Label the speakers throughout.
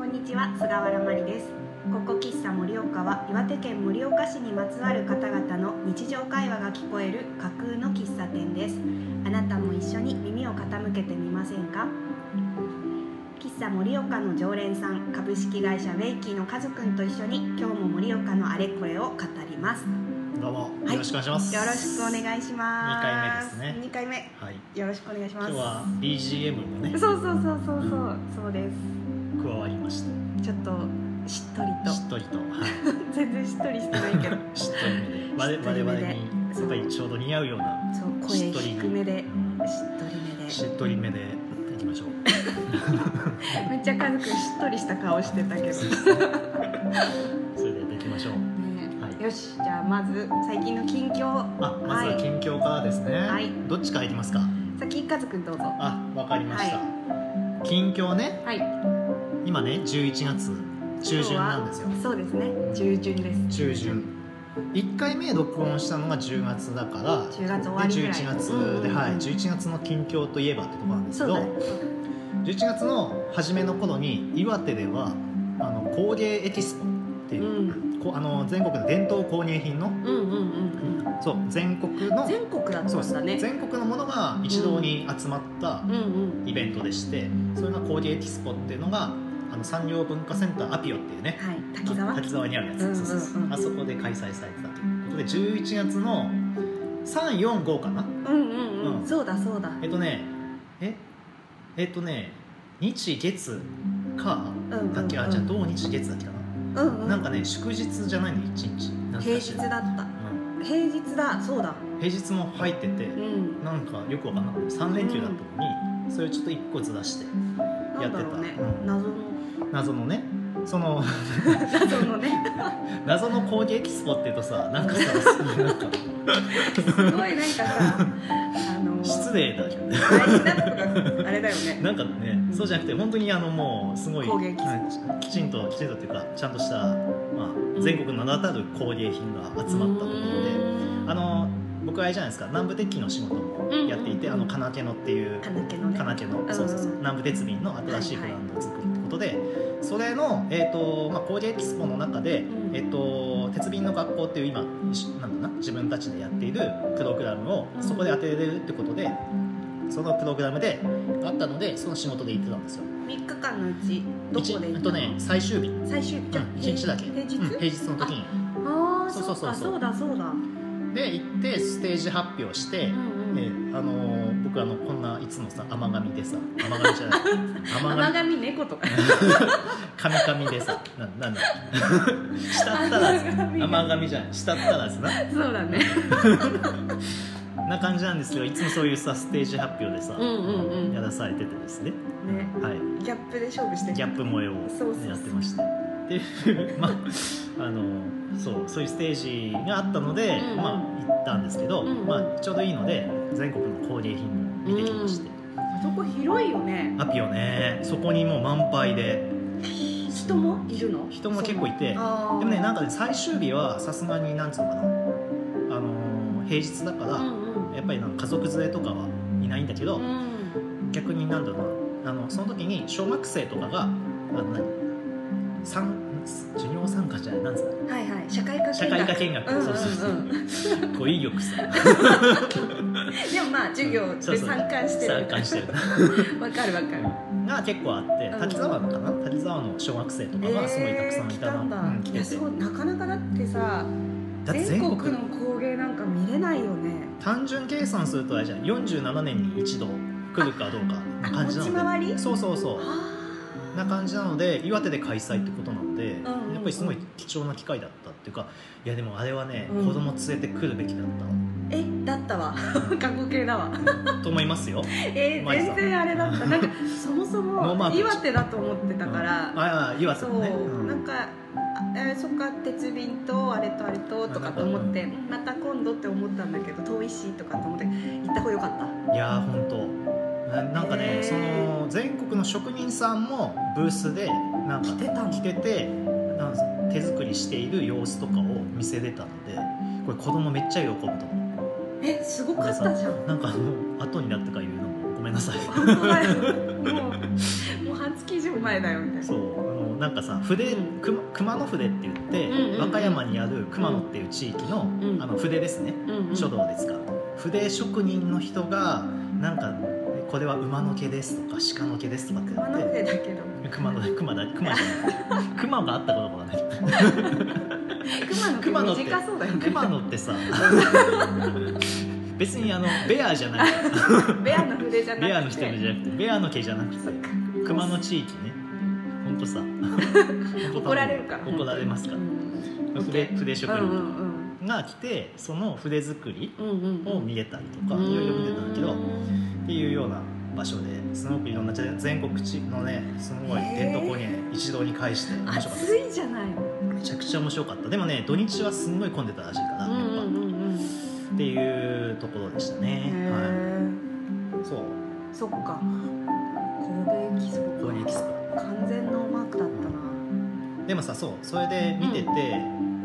Speaker 1: 菅原真理ですここ喫茶盛岡は岩手県盛岡市にまつわる方々の日常会話が聞こえる架空の喫茶店ですあなたも一緒に耳を傾けてみませんか喫茶盛岡の常連さん株式会社ウェイキーのカズくんと一緒に今日も盛岡のあれこれを語ります
Speaker 2: どうも、
Speaker 1: はい
Speaker 2: よろしくお願いします。
Speaker 1: よろしくお願いします
Speaker 2: 二回目ですね
Speaker 1: 2回目
Speaker 2: はい、
Speaker 1: よろしくお願いしま
Speaker 2: 今
Speaker 1: す
Speaker 2: 日は BGM も
Speaker 1: そ
Speaker 2: ね、
Speaker 1: うそうそうそうそうそうで
Speaker 2: 加わりまし
Speaker 1: すちょっとしっとり
Speaker 2: た。しっとりと、はい、
Speaker 1: と全然しっとりしてないけど
Speaker 2: しっとりめで、我
Speaker 1: しっとりめで
Speaker 2: 々我々に、やっぱりちょうど似合うような、
Speaker 1: そう声
Speaker 2: しっとり
Speaker 1: 低めでしっとりめ
Speaker 2: し
Speaker 1: で
Speaker 2: っとりめでいきましょう。
Speaker 1: めっちゃカズくんしっとりした顔してたけど、
Speaker 2: それでやっていきましょう。
Speaker 1: ね
Speaker 2: はい
Speaker 1: よしじゃあまず最近の近況
Speaker 2: あ、まず
Speaker 1: は
Speaker 2: はい近況からですね。
Speaker 1: はい
Speaker 2: どっちからいきますか。
Speaker 1: 先カズくんどうぞは
Speaker 2: あ、わかりました。近況ね、
Speaker 1: い
Speaker 2: 今ね、11月中旬なんですよ
Speaker 1: 今日。はそうですね中旬です
Speaker 2: 中旬。1回目録音したのが10月だから、
Speaker 1: 10月終わ
Speaker 2: で
Speaker 1: りぐらい
Speaker 2: 11月で、はい、11月の近況といえばってところなんです
Speaker 1: そ
Speaker 2: け
Speaker 1: う
Speaker 2: ど、
Speaker 1: だね
Speaker 2: 11月の初めの頃に岩手ではあの工芸エキスポって
Speaker 1: う
Speaker 2: い
Speaker 1: んう
Speaker 2: う、
Speaker 1: ん
Speaker 2: こあの全国の伝統工芸品の
Speaker 1: うんうんうん
Speaker 2: そう全国の
Speaker 1: 全国だった
Speaker 2: そうで
Speaker 1: ん
Speaker 2: す
Speaker 1: だね
Speaker 2: 全国のものが一堂に集まった
Speaker 1: うんうん
Speaker 2: イベントでして、それが工芸エキスポっていうのがあの産業文化センターアピオっていうね
Speaker 1: はい滝沢
Speaker 2: 滝沢にあるやつ、
Speaker 1: うんうんうん
Speaker 2: そうそうそうあそこで開催されてたということで11月の345かな
Speaker 1: うんうんう
Speaker 2: うんん
Speaker 1: そうだそうだ
Speaker 2: えっとねええっとね日月か
Speaker 1: うん
Speaker 2: だっけあじゃあ土日月だっけか
Speaker 1: うんう
Speaker 2: な、
Speaker 1: ん
Speaker 2: なんかね祝日じゃないの一日なんか
Speaker 1: 平日だった
Speaker 2: うん
Speaker 1: 平日だそうだ
Speaker 2: 平日も入ってて、
Speaker 1: うん
Speaker 2: なんかよくわかんなかった3連休だったのに、それをちょっと1個ずらして
Speaker 1: なんだろうね
Speaker 2: やってたうん
Speaker 1: 謎の
Speaker 2: 謎のねその
Speaker 1: 謎のね
Speaker 2: 謎の工芸エキスポっていうとさなんかさ なんか
Speaker 1: すごいなんかさあの
Speaker 2: 失礼だけどね
Speaker 1: 大事なとこがあれだよね
Speaker 2: なんかねそうじゃなくて本当にあのもうすごい
Speaker 1: 工芸エキスポ
Speaker 2: はいきちんときちんとっていうかちゃんとした、まあ、全国の名だたる工芸品が集まったところで。あの僕はあれじゃないですか南部鉄器の仕事もやっていて、
Speaker 1: うんうんうん
Speaker 2: あの金毛のっていう
Speaker 1: 金毛のね
Speaker 2: 金毛の、
Speaker 1: うん
Speaker 2: そうそうそう南部鉄瓶の新しいブランドを作るってことで、それの、えーとまあ、工芸エキスポの中で、
Speaker 1: うん
Speaker 2: えー、と鉄瓶の学校っていう今しなんだな自分たちでやっているプログラムを
Speaker 1: うん
Speaker 2: そこで当てれるってことで、そのプログラムであったのでその仕事で行ってたんですよ。
Speaker 1: 3日間のうちどこで
Speaker 2: 一
Speaker 1: 行
Speaker 2: え
Speaker 1: っ
Speaker 2: ったと
Speaker 1: の、
Speaker 2: ね最終日、うん、
Speaker 1: 最終日じゃん
Speaker 2: 1日だけ
Speaker 1: 平日、
Speaker 2: うん平日の時に
Speaker 1: ああそ
Speaker 2: そうう
Speaker 1: そ
Speaker 2: そうう
Speaker 1: そ
Speaker 2: そううそう
Speaker 1: そうだそうだ
Speaker 2: で行ってステージ発表して、
Speaker 1: うんうん
Speaker 2: ええあのー僕あのこんないつもさ甘神でさ甘神じゃない甘
Speaker 1: 甘
Speaker 2: 神
Speaker 1: 神猫とか
Speaker 2: 神々でさななんだしたったらず甘神じゃないしたったらずな
Speaker 1: そうだね
Speaker 2: な感じなんですけどいつもそういうさステージ発表でさ、
Speaker 1: うんうんうん
Speaker 2: やらされててですね
Speaker 1: ね
Speaker 2: はい
Speaker 1: ギャップで勝負して
Speaker 2: ギャップ萌えを
Speaker 1: そうそうそう
Speaker 2: やってましてっていう まああのそうそういうステージがあったので、
Speaker 1: うんうん
Speaker 2: まあ行ったんですけど、
Speaker 1: うんうん
Speaker 2: まあちょうどいいので全国の工芸品も見てきまして、
Speaker 1: そこ広いよね
Speaker 2: アピオねそこにもう満杯で
Speaker 1: 人もいるの
Speaker 2: 人も結構いてで
Speaker 1: あー
Speaker 2: もねなんかね最終日はさすがになんつうのかなあのー平日だか
Speaker 1: う
Speaker 2: ら
Speaker 1: んうん
Speaker 2: やっぱりなんか家族連れとかはいないんだけど
Speaker 1: うん
Speaker 2: 逆になんだろうなあのその時に小学生とかがあの何参授業参加じゃないなんつうの
Speaker 1: はいはい社会科見学
Speaker 2: 社会科見学
Speaker 1: うんうんうん
Speaker 2: そうそ うそう語彙力さ
Speaker 1: でもまあ授業で
Speaker 2: そうそう
Speaker 1: 参観してる
Speaker 2: 参加してる
Speaker 1: わかるわかる
Speaker 2: が結構あって
Speaker 1: うん
Speaker 2: 滝沢のかな滝沢の小学生とかがすごいたくさんいたな、
Speaker 1: えー来た
Speaker 2: うん
Speaker 1: んだ
Speaker 2: 来
Speaker 1: いや
Speaker 2: てて
Speaker 1: そうなかなかだってさ
Speaker 2: だって
Speaker 1: 全国の工芸なんか見れないよね
Speaker 2: 単純計算するとあれじゃん47年に一度来るかどうかな感じなので
Speaker 1: あ持ち回り
Speaker 2: そうそうそう
Speaker 1: あ
Speaker 2: な感じなので岩手で開催ってことなの
Speaker 1: ん
Speaker 2: で、
Speaker 1: うんうん
Speaker 2: やっぱりすごい貴重な機会だったっていうかいやでもあれはね、
Speaker 1: うん
Speaker 2: 子供連れて来るべきだっ
Speaker 1: ーえだった わ過去形だわ
Speaker 2: たと思いますよ
Speaker 1: えー
Speaker 2: マリさ
Speaker 1: 全
Speaker 2: ん
Speaker 1: 然あれだったなんかそもそ
Speaker 2: ノーマ
Speaker 1: も
Speaker 2: ーク
Speaker 1: 岩手だと思ってたから、
Speaker 2: うんああ岩手
Speaker 1: そ
Speaker 2: の
Speaker 1: う、
Speaker 2: ねうん
Speaker 1: なんかあえーそっか鉄瓶とあれとあれととかと思ってまた今度って思ったんだけど遠いしとかと思って行った方がよかった
Speaker 2: いやー本当ななんか
Speaker 1: へ
Speaker 2: ね
Speaker 1: ー
Speaker 2: その全国の職人さんもブースでなんか
Speaker 1: 着てたの
Speaker 2: 着ててなんか手作りしている様子とかを見せれたのでこれ子供めっちゃ喜ぶと思う
Speaker 1: えすごかったじゃん
Speaker 2: なんかあの後になってから言うのもごめん なさい
Speaker 1: 本当だよもうもう半月以上前だよみたい
Speaker 2: そ
Speaker 1: な
Speaker 2: うあのなんかさ筆
Speaker 1: うん
Speaker 2: 熊熊野筆って言って、
Speaker 1: うんうんうん
Speaker 2: 和歌山にある熊野っていう地域の,、
Speaker 1: うん
Speaker 2: あの筆ですね
Speaker 1: うんうん
Speaker 2: 書道で使う筆職人の人がなんか「これは馬の毛です」とか「鹿の毛です」とかって言
Speaker 1: 熊
Speaker 2: っ
Speaker 1: の
Speaker 2: て
Speaker 1: 筆だけど
Speaker 2: 熊野熊だ熊じ ゃない熊があったことがない
Speaker 1: 熊
Speaker 2: 熊
Speaker 1: のっ
Speaker 2: 野ってて
Speaker 1: 短そうだよね
Speaker 2: 熊野っ てさ別にあのベアじゃない
Speaker 1: ベアの筆じゃなくて
Speaker 2: ベアの人じゃなくてベアの毛じゃなくて熊野地域ねほんとさ
Speaker 1: 怒られるから
Speaker 2: 怒られますか
Speaker 1: うん
Speaker 2: ら筆筆職
Speaker 1: うんうん
Speaker 2: 人が来てその筆作り
Speaker 1: うんうん
Speaker 2: を
Speaker 1: うん
Speaker 2: 見れたりとかいろいろ見てたんだけどっていうような場所ですごくいろんな全全国地のねすごい伝統工芸一堂に会して面白かったです
Speaker 1: 暑いじゃないの
Speaker 2: めちゃくちゃ面白かったでもね土日はすんごい混んでたらしいから、
Speaker 1: うん
Speaker 2: や
Speaker 1: う
Speaker 2: っ
Speaker 1: んうんうん
Speaker 2: ぱっていうところでしたね
Speaker 1: へ、
Speaker 2: は
Speaker 1: ー
Speaker 2: い、そう
Speaker 1: そっか神戸エキスポ
Speaker 2: ゴールデンエキスポ
Speaker 1: 完全ノーマークだったな
Speaker 2: でもさそうそれで見てて、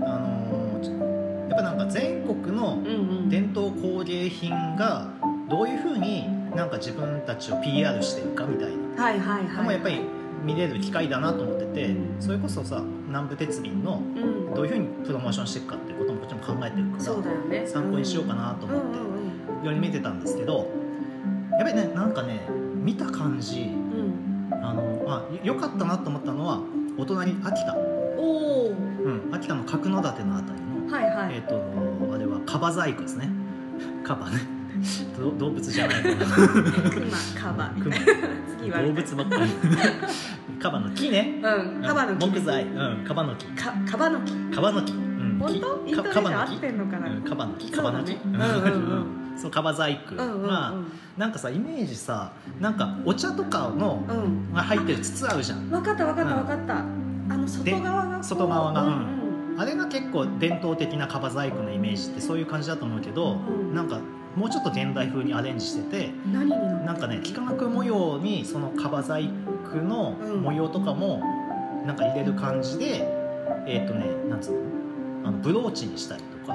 Speaker 2: あのーちょやっぱなんか全国の
Speaker 1: うんうん
Speaker 2: 伝統工芸品がどういうふうになんか自分たちを PR してるかみたいな
Speaker 1: はいはいはい
Speaker 2: でもやっぱり見れる機会だなと思ってて、
Speaker 1: うん
Speaker 2: それこそさ南部鉄瓶の
Speaker 1: うん
Speaker 2: どういうふうにプロモーションしていくかっていうこともこっちも考えてるか
Speaker 1: そうだよね
Speaker 2: ら参考にしようかなと
Speaker 1: うんう
Speaker 2: 思
Speaker 1: ん
Speaker 2: ってより見てたんですけどやっぱりねなんかね見た感じ
Speaker 1: うんうん
Speaker 2: あのあよよかったなと思ったのはお隣秋田、
Speaker 1: おお
Speaker 2: うん、秋田の角館のあたりの、
Speaker 1: はいは
Speaker 2: えっ、
Speaker 1: い
Speaker 2: とあれはカバ細工ですねカバねど動物じゃないの
Speaker 1: クマカバみたい
Speaker 2: 熊
Speaker 1: な次は
Speaker 2: 動物ばっかりカバの木ね
Speaker 1: うんカバの木
Speaker 2: 木材、うん、カバの木
Speaker 1: かカバの木
Speaker 2: カバの木、うん、
Speaker 1: 本当イントネーシ
Speaker 2: カ
Speaker 1: ョ
Speaker 2: バ
Speaker 1: ン
Speaker 2: の
Speaker 1: 合
Speaker 2: 木
Speaker 1: ってんのかな
Speaker 2: うんカバの木
Speaker 1: そ
Speaker 2: カ
Speaker 1: う
Speaker 2: バ
Speaker 1: だ
Speaker 2: の木
Speaker 1: ねうんうんうん
Speaker 2: そうカバ細工
Speaker 1: う
Speaker 2: が、
Speaker 1: んうんうん
Speaker 2: なんかさイメージさなんかお茶とかの
Speaker 1: うん
Speaker 2: が入ってる筒あるじゃん
Speaker 1: 分かった分かった分かったあの外側がこう
Speaker 2: 外側が
Speaker 1: う
Speaker 2: うんん
Speaker 1: うん
Speaker 2: あれが結構伝統的なカバ細工のイメージってそういう感じだと思うけど、
Speaker 1: うん
Speaker 2: なんかもうちょっと現代風にアレンジしてて
Speaker 1: 何に乗って
Speaker 2: なんかね幾何学模様にそのカバ細工の模様とかもなんか入れる感じで、えっ、とねなんつうのあのブローチにしたりとか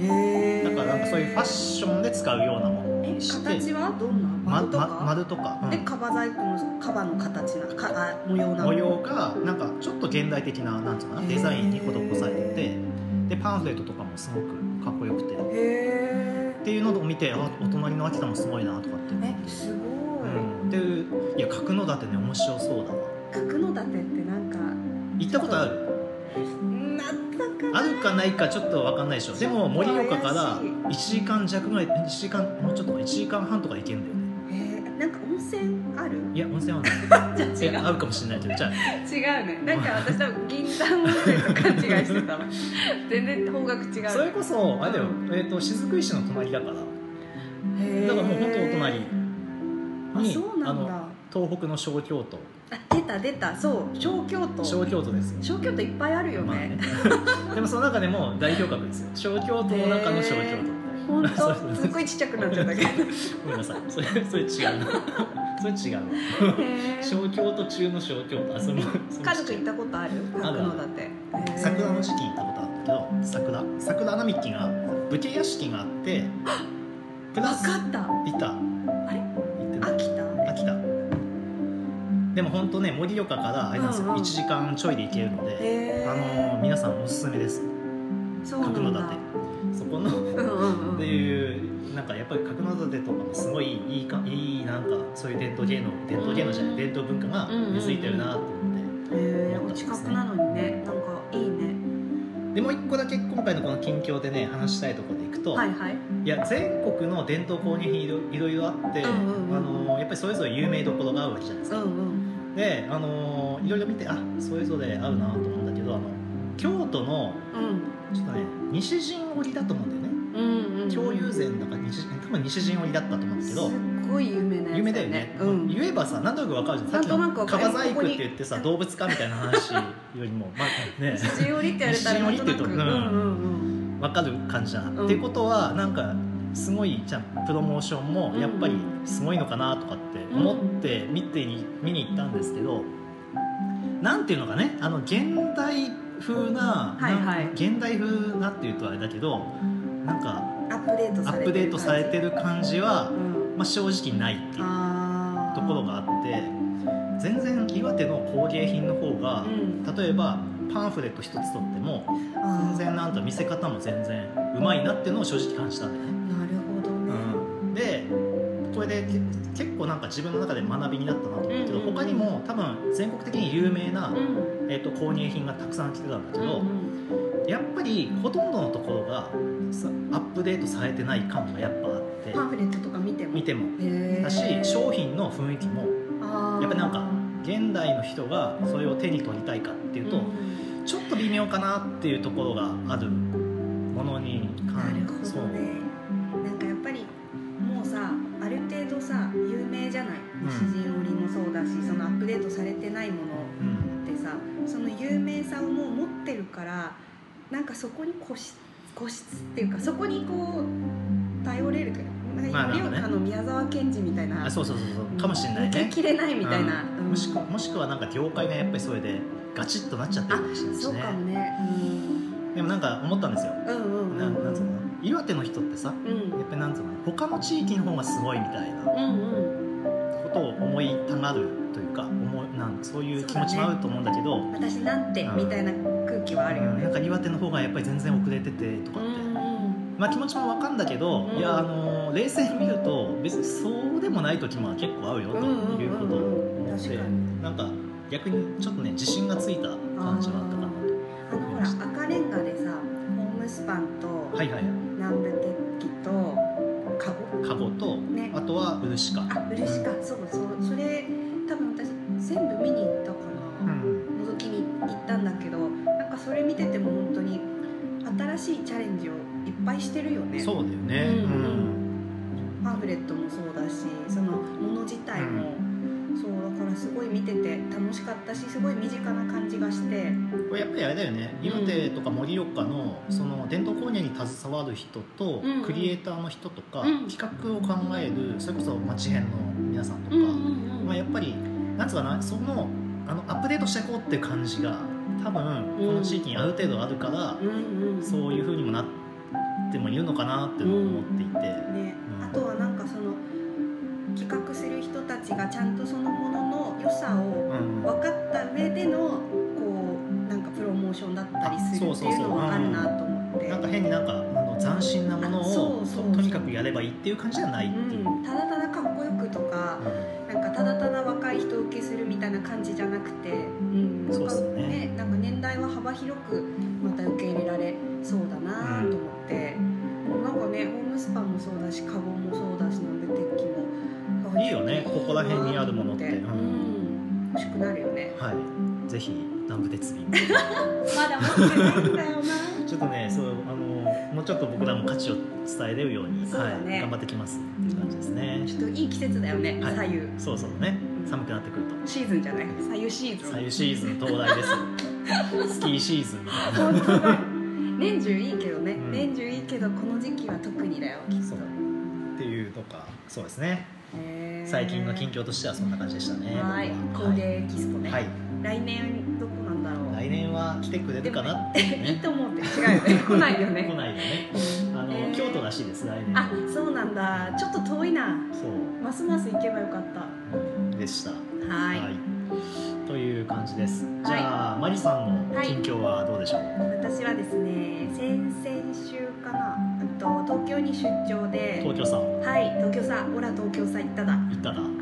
Speaker 1: へ
Speaker 2: だ
Speaker 1: ー
Speaker 2: からなんかそういうファッションで使うようなもの
Speaker 1: え
Speaker 2: にして
Speaker 1: 形はどんな
Speaker 2: ま
Speaker 1: 丸とか、
Speaker 2: ま丸とか、うん
Speaker 1: えカバ細工のカバの形なかあ模様なの
Speaker 2: 模様がなんかちょっと現代的ななんつうのかなデザインに施されててでパンフレットとかもすごくかっこよくてっ
Speaker 1: へ
Speaker 2: ていうのを見てあお隣の秋田もすごいなとかって
Speaker 1: ー
Speaker 2: 思っ
Speaker 1: え
Speaker 2: て、
Speaker 1: すご
Speaker 2: う
Speaker 1: い、
Speaker 2: ん、っていういや角館ね面白そうだわ
Speaker 1: 角の館ってなんか
Speaker 2: 行ったことある
Speaker 1: なったかな
Speaker 2: あるかないかちょっと分かんないでしょでも盛岡から1時間弱ぐらい1時間もうちょっと1時間半とか行けんだよね
Speaker 1: えーなんか温泉ある
Speaker 2: いや温泉はない
Speaker 1: じ
Speaker 2: い
Speaker 1: ゃ
Speaker 2: や
Speaker 1: あ
Speaker 2: 合うかもしれないけどじゃあ
Speaker 1: 違う違うねなんか私多分銀山温泉と勘違いしてた わ全然方角違う
Speaker 2: それこそあれだよ、えー、と雫石の隣だからだか
Speaker 1: へー
Speaker 2: らもう本当お隣に
Speaker 1: あそうな
Speaker 2: あ
Speaker 1: ん
Speaker 2: の
Speaker 1: だ
Speaker 2: 東北の小京都
Speaker 1: あ出た出たそう小京都
Speaker 2: 小
Speaker 1: 小
Speaker 2: 京都ですよ
Speaker 1: 京都いっぱいあるよね,、
Speaker 2: まあね でもその中でも代表格ですよ小京都の中の小京都
Speaker 1: 本
Speaker 2: そうそう
Speaker 1: 当すっごいちっちゃくなっちゃったけ ど
Speaker 2: ごめんなさいそれそれ違うな それ違うわ
Speaker 1: へー
Speaker 2: 小京都中の小京都あそれもそれも
Speaker 1: 家族行ったことある
Speaker 2: ある
Speaker 1: 角野だって
Speaker 2: 桜の時期に行ったことあるんだけど桜桜並木が武家屋敷があってプラス
Speaker 1: 分か
Speaker 2: いた
Speaker 1: れ
Speaker 2: 行って
Speaker 1: った秋田
Speaker 2: 秋田でも本当ね盛岡からあれなんですよ、
Speaker 1: うんうん
Speaker 2: 1時間ちょいで行けるので、
Speaker 1: へー
Speaker 2: あのー皆さんおすすめです
Speaker 1: そうな
Speaker 2: 角
Speaker 1: んだ
Speaker 2: 館そこの
Speaker 1: うんうん
Speaker 2: っ
Speaker 1: う
Speaker 2: て
Speaker 1: ん
Speaker 2: いうなんかやっぱり角館とかもすごいいいかいいなんかそういう伝統芸能伝統芸能じゃない伝統文化が根付いてるなって思って、
Speaker 1: へーお近くなのにねなんかいいね
Speaker 2: でもう一個だけ今回のこの近況でね話したいところでいくと、
Speaker 1: はいはい
Speaker 2: いや全国の伝統工芸品いろいろいろあって、
Speaker 1: うんうんうん
Speaker 2: あのーやっぱりそれぞれ有名どころがあるわけじゃないです
Speaker 1: う
Speaker 2: か、
Speaker 1: んうん
Speaker 2: であのーいろいろ見てあそれぞれ合うなと思うんだけどあの京都の
Speaker 1: うん
Speaker 2: ちょっとね西陣織だと思うんだよね
Speaker 1: うんうん
Speaker 2: 京友禅だから西多分西陣織だったと思うんだけど
Speaker 1: すっごい有名なやつ
Speaker 2: 有名だよね、
Speaker 1: うん
Speaker 2: 言えばさ何となくわかるじゃん
Speaker 1: な
Speaker 2: さっ
Speaker 1: ん
Speaker 2: き
Speaker 1: となくわ
Speaker 2: の
Speaker 1: かる
Speaker 2: カバ細工って言ってさ動物かみたいな話よりもまあ ね
Speaker 1: 西陣織って言われたらなんとなく
Speaker 2: 西陣織って言うと
Speaker 1: うん
Speaker 2: うん
Speaker 1: うん
Speaker 2: わかる感じだな、
Speaker 1: うん
Speaker 2: っていうことはなんかすごいじゃあプロモーションもやっぱりすごいのかなとかって思って見てに見に行ったんですけどなんていうのかねあの現代風な,な、
Speaker 1: はいはい
Speaker 2: 現代風なっていうとあれだけどなんか
Speaker 1: うんアップデート
Speaker 2: ア
Speaker 1: されてる
Speaker 2: ップデートされてる感じは
Speaker 1: う、ん
Speaker 2: まあ、正直ないっていう
Speaker 1: あ
Speaker 2: ところがあって全然岩手の工芸品の方が
Speaker 1: うん
Speaker 2: 例えばパンフレット一つ取っても
Speaker 1: あ
Speaker 2: 全
Speaker 1: ー
Speaker 2: 然なんと見せ方も全然うまいなっていうのを正直感じたんだよね。
Speaker 1: なるほどね、
Speaker 2: うん、でこれでけ結構なんか自分の中で学びになったなと思うけど、
Speaker 1: うんうんうん
Speaker 2: 他にも多分全国的に有名な、
Speaker 1: うん
Speaker 2: えっと購入品がたくさん来てたんだけど、
Speaker 1: うん
Speaker 2: やっぱりほとんどのところがさアップデートされてない感がやっぱあって
Speaker 1: パンフレットとか見ても
Speaker 2: 見ても
Speaker 1: へー
Speaker 2: だし商品の雰囲気も
Speaker 1: あー
Speaker 2: やっぱなんか現代の人がそれを手に取りたいかっていうと、
Speaker 1: うん
Speaker 2: ちょっと微妙かなっていうところがあるものに
Speaker 1: なるほ
Speaker 2: そ
Speaker 1: ど
Speaker 2: う
Speaker 1: ねなんかやっぱりもうさある程度さ有名じゃない
Speaker 2: ん
Speaker 1: 西陣織もそうだしそのアップデートされてないもの
Speaker 2: うん
Speaker 1: ってさその有名さをもう持ってるからなんかそこに固執固執っていうかそこにこう頼れるというか
Speaker 2: まあなんか
Speaker 1: 盛
Speaker 2: ね
Speaker 1: 岡の宮沢賢治みたいな
Speaker 2: あそうそうそうそうかもしれない
Speaker 1: 抜
Speaker 2: ね
Speaker 1: けきれないみたいな、
Speaker 2: うん
Speaker 1: うん
Speaker 2: もしくもしくはなんか業界がやっぱりそれでガチッとなっちゃってるかもしれないし
Speaker 1: そう
Speaker 2: ね
Speaker 1: かもね
Speaker 2: でもなんか思ったんですよ
Speaker 1: うんうんうん
Speaker 2: ななんつう
Speaker 1: う
Speaker 2: の岩手の人ってさ
Speaker 1: ん
Speaker 2: やっぱりなんつうの他の地域の方がすごいみたいな
Speaker 1: うんうん
Speaker 2: ことを思いたがるというか思いなんそういう気持ちもあると思うんだけど
Speaker 1: 私なんてみたいな空気はあるよね
Speaker 2: なんか岩手の方がやっぱり全然遅れててとか
Speaker 1: う
Speaker 2: って、
Speaker 1: んうん
Speaker 2: まあ、気持ちもわかんだけど、
Speaker 1: うん
Speaker 2: いやあの冷静に見ると別にそうでもない時も結構あるよということを
Speaker 1: うんうん
Speaker 2: 思って、
Speaker 1: うんうん確か
Speaker 2: なんか逆にちょっとね自信がついた感じはあったかな
Speaker 1: あのほら赤レンガでさホームスパンと
Speaker 2: はいはい
Speaker 1: 南部鉄器とカゴ
Speaker 2: カゴと
Speaker 1: ね
Speaker 2: あとは漆か、
Speaker 1: あ漆かそうそうそれ多分私全部見に行ったか
Speaker 2: う
Speaker 1: な、
Speaker 2: ん
Speaker 1: 覗きに行ったんだけどなんかそれ見てても本当に新しいチャレンジをいっぱいしてるよね
Speaker 2: そうだよね、
Speaker 1: うん
Speaker 2: うん
Speaker 1: パンフレットもそうだしそのもの自体も、そうだからすごい見てて楽しかったしすごい身近な感じがして
Speaker 2: これやっぱりあれだよね岩手とか盛岡のその伝統工芸に携わる人と、
Speaker 1: うん
Speaker 2: クリエイターの人とか、
Speaker 1: うん
Speaker 2: 企画を考えるそれこそ町編の皆さんとか、まあ、やっぱりなんつうかなそのあのアップデートしていこうっていう感じが多分この地域にある程度あるから、
Speaker 1: うんうん
Speaker 2: そういうふうにもなってもいるのかなっていうのを思っていて、
Speaker 1: ね
Speaker 2: うん
Speaker 1: あとはなんかその企画する人たちがちゃんとそのものの良さを
Speaker 2: うん
Speaker 1: 分かった上でのこうなんかプロモーションだったりするっていうのはあるなと思って
Speaker 2: なんか変になんかあの斬新なもの
Speaker 1: あそ
Speaker 2: を
Speaker 1: うそう
Speaker 2: ととにかくやればいいっていう感じじゃないっていう。
Speaker 1: うん、ただただかっこよくとかなんかただただ若い人受けするみたいな感じじゃなくて、うん
Speaker 2: そうっすね
Speaker 1: なんか年代は幅広くまた受け入れられそうだなと思って、もうなんかねホームスパンもそうだしカゴもそうだしなんで鉄器も
Speaker 2: いいよねここら辺にあるものって
Speaker 1: うん
Speaker 2: う
Speaker 1: 欲しくなるよね
Speaker 2: はい、ぜひ南部鉄瓶
Speaker 1: まだ持ってないんだよな
Speaker 2: ちょっとねそうあのもうちょっと僕らも価値を伝えれるように
Speaker 1: そうだね
Speaker 2: はい、頑張ってきますって感じですね、
Speaker 1: ちょっといい季節だよね、
Speaker 2: はい
Speaker 1: 左右
Speaker 2: そうそうね寒くなってくると
Speaker 1: シーズンじゃない左右シーズン
Speaker 2: 左右シーズン到来ですスキーシーズンみたいな
Speaker 1: 本当だ年中いいけどね、
Speaker 2: うん
Speaker 1: 年中いいけどこの時期は特にだよきっ
Speaker 2: そう
Speaker 1: と
Speaker 2: っていうとかそうですね
Speaker 1: へー
Speaker 2: 最近の近況としてはそんな感じでしたね
Speaker 1: はい
Speaker 2: 僕は
Speaker 1: 工芸エキスポね、
Speaker 2: はい、
Speaker 1: 来年どこなんだろう、
Speaker 2: 来年は来てくれるかなっていう
Speaker 1: い、い
Speaker 2: ね
Speaker 1: と思うって違うよね 来ないよ
Speaker 2: 来
Speaker 1: ね
Speaker 2: ないよねあの、
Speaker 1: えー
Speaker 2: 京都らしいです来年
Speaker 1: あそうなんだちょっと遠いな
Speaker 2: そう
Speaker 1: ますます行けばよかった
Speaker 2: でした
Speaker 1: はい
Speaker 2: という感じですじゃあ、マリさんの近況はどうでしょう、
Speaker 1: 私はですね先々週かなあと東京に出張で
Speaker 2: 東京さん行
Speaker 1: はい東京さオラ東京さ行っただ
Speaker 2: ったら
Speaker 1: 行っ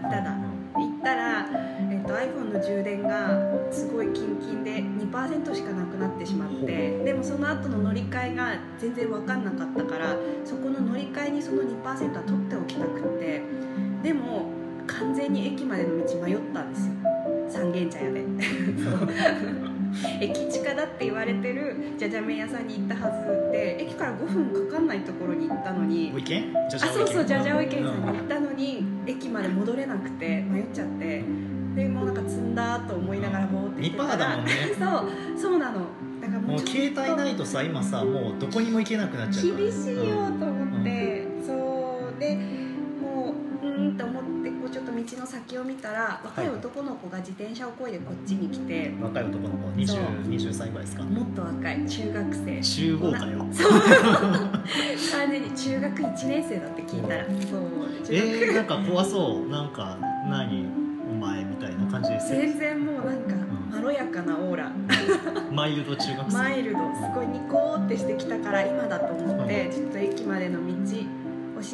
Speaker 1: ただ
Speaker 2: うん
Speaker 1: 行ったら、えっと iPhone の充電がすごいキンキンで2%しかなくなってしまってでもその後の乗り換えが全然分かんなかったからそこの乗り換えにその2%は取っておきたくってでも完全に駅までの道迷ったんですよ三軒茶屋でそう駅近だって言われてるじゃじゃ麺屋さんに行ったはずで駅から5分かかんないところに行ったのに
Speaker 2: ご意見じゃ
Speaker 1: あそうそうじゃじゃお
Speaker 2: 意
Speaker 1: いけんさんに行ったのに駅まで戻れなくて迷っちゃってでもうなんか積んだと思いながらぼーってして
Speaker 2: 2%パ
Speaker 1: た
Speaker 2: ーだ
Speaker 1: ら
Speaker 2: もんね
Speaker 1: そうそうなのだからも
Speaker 2: も
Speaker 1: う
Speaker 2: う携
Speaker 1: ちょっ
Speaker 2: 帯ないとさ今さもうどこにも行けなくなっちゃう
Speaker 1: と
Speaker 2: から
Speaker 1: 厳しいよと思ってそうでもううーんと思ってこうちょっと道の先をを見たら若い男の子が自転車をこいでこっちに来て、
Speaker 2: 若い男の子
Speaker 1: そう
Speaker 2: 20 20歳ぐらいですか
Speaker 1: もっと若い中学生
Speaker 2: 中豪かよ
Speaker 1: そう完全に中学1年生だって聞いたらそう中学
Speaker 2: えー、なんか怖そうなんか何お前みたいな感じですよ
Speaker 1: 全然もうなんかまろやかなオーラ
Speaker 2: マイルド中学生
Speaker 1: マイルドすごいニコーってしてきたから今だと思ってちょっと駅までの道教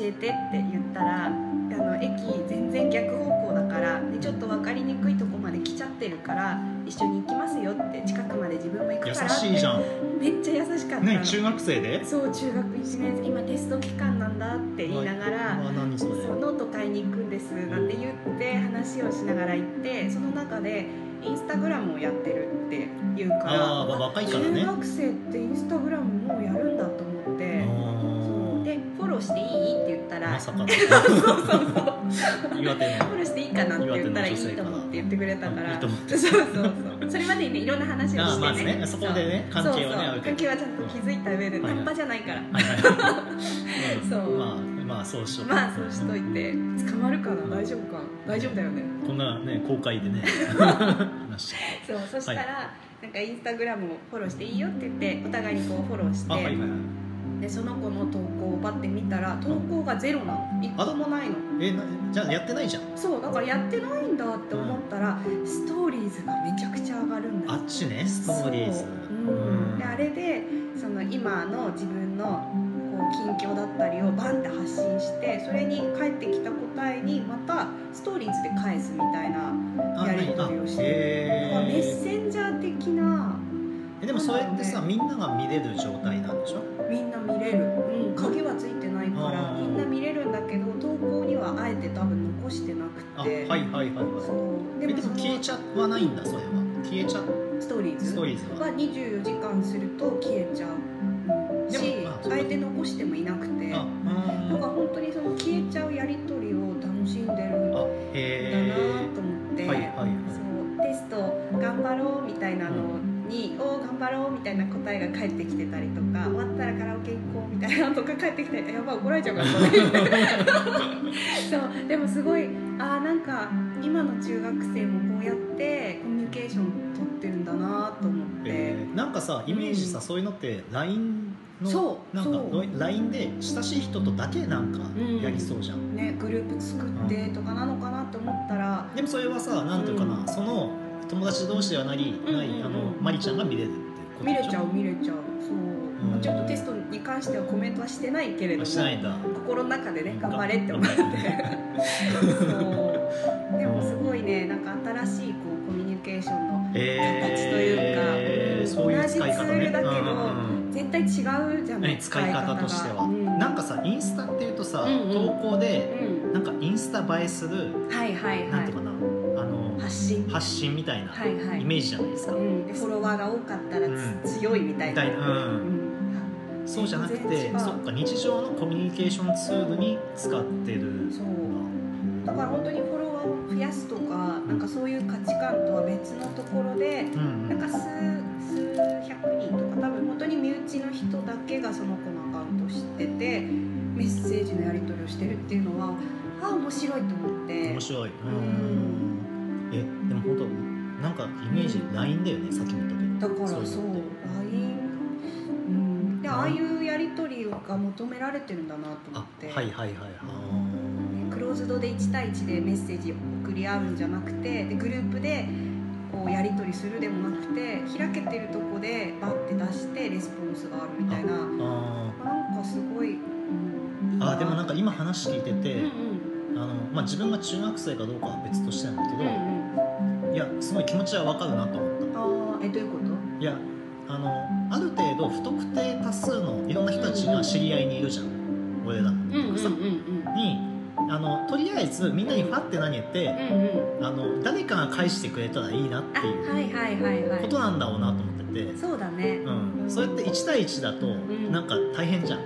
Speaker 1: えてって言ったらあの駅全然逆方向だからでちょっと分かりにくいとこまで来ちゃってるから一緒に行きますよって近くまで自分も行くから
Speaker 2: 優
Speaker 1: って
Speaker 2: しいじゃん
Speaker 1: めっちゃ優しかったの、
Speaker 2: ね中学生で
Speaker 1: そう中学1年生今テスト期間なんだって言いながら
Speaker 2: うわ何それ
Speaker 1: そうノート買いに行くんですなんて言って話をしながら行ってその中でインスタグラムをやってるって言うから
Speaker 2: あーまあ若いからね
Speaker 1: 中学生ってインスタグラムもうやるんだと思ってそうでフォローしていいって言った
Speaker 2: あー
Speaker 1: ら
Speaker 2: まさかの
Speaker 1: そうそうそうフ
Speaker 2: 岩手
Speaker 1: ォロー
Speaker 2: の
Speaker 1: していいかなって言ったらい
Speaker 2: 岩手
Speaker 1: い
Speaker 2: の女性
Speaker 1: と
Speaker 2: から
Speaker 1: 思って言ってくれたから
Speaker 2: いいと思って
Speaker 1: そうそうそうそれまでにねいろんな話をしてね
Speaker 2: あーまあねそこでね
Speaker 1: そう
Speaker 2: 関係はね
Speaker 1: そ
Speaker 2: あ
Speaker 1: うそ
Speaker 2: る
Speaker 1: う関
Speaker 2: けど
Speaker 1: 係はちゃんと気づいた上で
Speaker 2: はい
Speaker 1: ナ
Speaker 2: はい
Speaker 1: ンパじゃないから
Speaker 2: はいはいうん
Speaker 1: そう
Speaker 2: まあまあそうしよう
Speaker 1: まあそうしといて捕まるかな大丈夫か大丈夫だよね
Speaker 2: こんなね公開で ね話して
Speaker 1: そうそしたら、なんかインスタグラムをフォローしていいよって言ってお互いにこうフォローして、
Speaker 2: あはいはいはい
Speaker 1: でその子の投稿をバッて見たら投稿がゼロなの一個もないの
Speaker 2: えなじゃあやってないじゃん
Speaker 1: そうだからやってないんだって思ったら、ストーリーズがめちゃくちゃ上がるんだ
Speaker 2: あっちねストーリーズ
Speaker 1: そううんであれでその今の自分のこう近況だったりをバンって発信してそれに返ってきた答えにまたストーリーズで返すみたいな
Speaker 2: あ
Speaker 1: やり取りをして
Speaker 2: へ
Speaker 1: なんかメッ
Speaker 2: ー
Speaker 1: センジャー的な
Speaker 2: えでもそれってさみんなが見れる状態なんでしょ
Speaker 1: みんな見れる、うん、鍵はついてないから
Speaker 2: あー
Speaker 1: みんな見れるんだけど投稿にはあえて多分残してな
Speaker 2: あ
Speaker 1: く
Speaker 2: はい
Speaker 1: て、
Speaker 2: はいはいはい
Speaker 1: そう
Speaker 2: え
Speaker 1: でも
Speaker 2: でも
Speaker 1: その
Speaker 2: 消えちゃわないんだそれは消えちゃ
Speaker 1: ストーリー
Speaker 2: ス
Speaker 1: ズ
Speaker 2: トー
Speaker 1: は
Speaker 2: リーズは
Speaker 1: 24時間すると消えちゃううん
Speaker 2: でも
Speaker 1: し
Speaker 2: あそうか
Speaker 1: 相手残してもいなくて
Speaker 2: あ
Speaker 1: なん
Speaker 2: うん
Speaker 1: か本当にその消えちゃうやり取りを楽しんでるんだな
Speaker 2: あへ
Speaker 1: と思っ
Speaker 2: え
Speaker 1: て。
Speaker 2: はいはいはい
Speaker 1: そうテスト頑張ろうみたいなのに「おー頑張ろう」みたいな答えが返ってきてたりとか「終わったらカラオケ行こう」みたいなのとか返ってきて「やばい怒られちゃうから」そうでもすごいあーなんか今の中学生もこうやってコミュニケーション取ってるんだなと思って、
Speaker 2: えーなんかさイメージさ
Speaker 1: うん
Speaker 2: そういうのって LINE の
Speaker 1: そう
Speaker 2: なんか
Speaker 1: そう
Speaker 2: LINE で親しい人とだけなんか
Speaker 1: ん
Speaker 2: やりそうじゃん
Speaker 1: ね、グループ作ってとかなのかなと思ったら、
Speaker 2: でもそれはさなんていうかな、
Speaker 1: うん
Speaker 2: その友達同士ではなり、
Speaker 1: ん
Speaker 2: ない
Speaker 1: うん
Speaker 2: あのマリちゃんが見れるってこと
Speaker 1: 見れちゃ
Speaker 2: う
Speaker 1: う見れちゃうそう、
Speaker 2: うん
Speaker 1: ちょっとテストに関してはコメントはしてないけれども
Speaker 2: しないんだ
Speaker 1: 心の中でね頑張れって思って そう でもすごいねなんか新しいこうコミュニケーションの形とい
Speaker 2: え
Speaker 1: うか
Speaker 2: ー、そういう使い方
Speaker 1: 同じツー
Speaker 2: ね
Speaker 1: ルだけど
Speaker 2: うんうんうん
Speaker 1: 絶対違うじゃない
Speaker 2: ね使い方としては、
Speaker 1: うん、
Speaker 2: なんかさインスタっていうとさ、
Speaker 1: うんうん
Speaker 2: 投稿
Speaker 1: う
Speaker 2: で
Speaker 1: ん
Speaker 2: なんかインスタ映えする、
Speaker 1: はいはい
Speaker 2: なん
Speaker 1: は
Speaker 2: ていうかなあの
Speaker 1: い発信
Speaker 2: 発信みたいな
Speaker 1: はいはい
Speaker 2: イメージじゃないですか、
Speaker 1: うん、でフォロワーが多かったらつ、
Speaker 2: うん
Speaker 1: 強いみたい
Speaker 2: み
Speaker 1: な
Speaker 2: たいな、う
Speaker 1: うんん
Speaker 2: そうじゃなく
Speaker 1: 全然違
Speaker 2: て
Speaker 1: う
Speaker 2: そっか日常のコミュニケーションツールに使ってる
Speaker 1: そうだから本当にフォロワーを増やすとかなんかそういう価値観とは別のところで
Speaker 2: うんうん
Speaker 1: なんか数数百人とか多分本当に身内の人だけがその子のアカウントを知っててメッセージのやり取りをしてるっていうのはああ面白いと思って
Speaker 2: 面白いうんえでも本当なんかイメージ LINE だよねさっきも言った
Speaker 1: だ
Speaker 2: け
Speaker 1: か
Speaker 2: ど
Speaker 1: らそう
Speaker 2: いうのって
Speaker 1: LINE うんでああいうやり取りが求められてるんだなと思
Speaker 2: あ
Speaker 1: って、
Speaker 2: はいはいはいはいあ
Speaker 1: ねクローズドで1対1でメッセージを送り合うんじゃなくてでグループでこうやり取りするでもなくて開けてるとこでバッて出してレスポンスがあるみたいな。
Speaker 2: ーあ
Speaker 1: なんかすごい。
Speaker 2: ーあーでもなん
Speaker 1: か。
Speaker 2: か今話聞いて
Speaker 1: うんう
Speaker 2: て、
Speaker 1: ん。
Speaker 2: あのまあ、自分が中学生かどうかは別としてなんだけ
Speaker 1: う
Speaker 2: ど、
Speaker 1: んうん。
Speaker 2: いやすごい気持ちは分かるなと思った
Speaker 1: ああ、え、どういうこと。
Speaker 2: いやあのある程度不特定多数のいろんな人たちが知り合いにいるじゃん俺ら
Speaker 1: うんうんうん
Speaker 2: の
Speaker 1: う
Speaker 2: さ、
Speaker 1: ん。
Speaker 2: にあのとりあえずみんなにファって投げて、
Speaker 1: うんうん。
Speaker 2: あの誰かが返してくれたらいいなって
Speaker 1: あ、
Speaker 2: いう
Speaker 1: はいはいはいは
Speaker 2: こと
Speaker 1: い。
Speaker 2: なんだろうなと思ってて、
Speaker 1: そうだね。
Speaker 2: うん、それって1対1だと
Speaker 1: ん
Speaker 2: なんか大変じゃん、
Speaker 1: う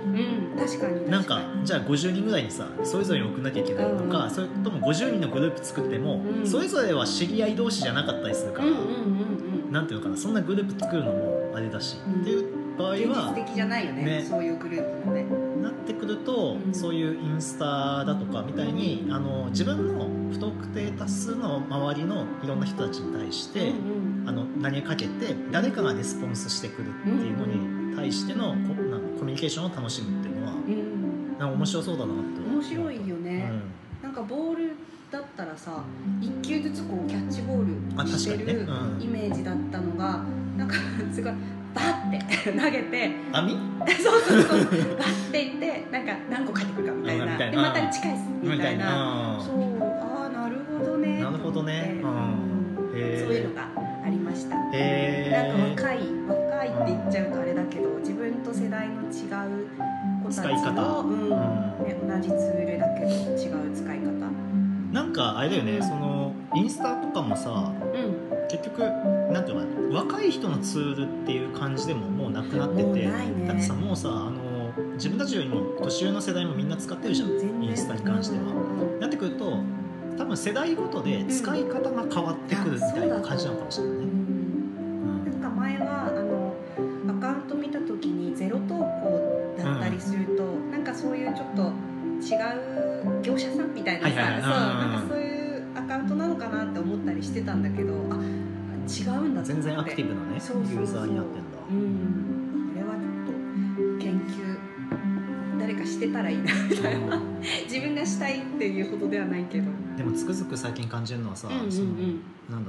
Speaker 1: ん、確かに。
Speaker 2: なん
Speaker 1: 確
Speaker 2: か
Speaker 1: に。
Speaker 2: じゃあ50人ぐらいにさそれぞれに送んなきゃいけないとか、
Speaker 1: うん
Speaker 2: それとも50人のグループ作っても、
Speaker 1: うん
Speaker 2: それぞれは知り合い同士じゃなかったりするか
Speaker 1: う
Speaker 2: ら、
Speaker 1: んうんうんうん。
Speaker 2: なんていうのかなそんなグループ作るのもあれだし、
Speaker 1: うん
Speaker 2: っていう場合
Speaker 1: 現実
Speaker 2: は
Speaker 1: 的じゃないよね。
Speaker 2: ね
Speaker 1: そういうグループもね。
Speaker 2: なってくくると、
Speaker 1: うん
Speaker 2: そういうインスタだとかみたいにあの自分の不特定多数の周りのいろんな人たちに対して、あの何かけて誰かがレスポンスしてくるっていうのに対してのこなんかコミュニケーションを楽しむっていうのは
Speaker 1: うんうん
Speaker 2: なんか面白そうだなって
Speaker 1: 面白いよ
Speaker 2: う
Speaker 1: ね、
Speaker 2: ん
Speaker 1: なんかボールだったらさ1球ずつこうキャッチボー
Speaker 2: あ
Speaker 1: ルして
Speaker 2: 確かにね、
Speaker 1: るイ
Speaker 2: う
Speaker 1: メージだったのがなんかすごいバッて 投げて
Speaker 2: ん、網
Speaker 1: そうそうそうバッていってなんか何個返ってくるかみたい
Speaker 2: うん
Speaker 1: な
Speaker 2: みたいな
Speaker 1: でまた近いっすみ
Speaker 2: み
Speaker 1: た
Speaker 2: た
Speaker 1: い
Speaker 2: い
Speaker 1: な
Speaker 2: な
Speaker 1: そうああなるほどね
Speaker 2: なるほどね
Speaker 1: と思って
Speaker 2: うんへー
Speaker 1: そういうのがありました
Speaker 2: へえ
Speaker 1: なんか若い若いって言っちゃうとあれだけど自分と世代の違う子た
Speaker 2: 使い
Speaker 1: ち
Speaker 2: 方
Speaker 1: の、うん
Speaker 2: うん
Speaker 1: ね、同じツールだけど違う使い方
Speaker 2: なんかあれだよねそのインスタとかもさ
Speaker 1: うん
Speaker 2: 結局なんていうのかな若い人のツールっていう感じでももうなくなって
Speaker 1: もう
Speaker 2: て
Speaker 1: ないね
Speaker 2: だってさもうさあの自分たちよりも年上の世代もみんな使ってるじゃんインスタに関しては
Speaker 1: は
Speaker 2: なってくると多分世代ごとで使い方が変わってくるみたいな感じなのかもしれないね、うん
Speaker 1: なんか前はあのアカウント見た時にゼロ投稿だったりすると、なんかそういうちょっと違う業者さんみたいなさ、
Speaker 2: はいはいはい
Speaker 1: そう
Speaker 2: うん
Speaker 1: なんかそういうアカウントなのかなって思ったりしてたんだけどあ違うんだと思って
Speaker 2: 全然アクティブなねユ
Speaker 1: そうそうそう
Speaker 2: ーザーになってんだ
Speaker 1: うんこれはちょっと研究誰かしてたらいいな みたいな自分がしたいっていうほどではないけど
Speaker 2: でもつくづく最近感じるのはさ、
Speaker 1: うんうんうん
Speaker 2: そのなんだろうな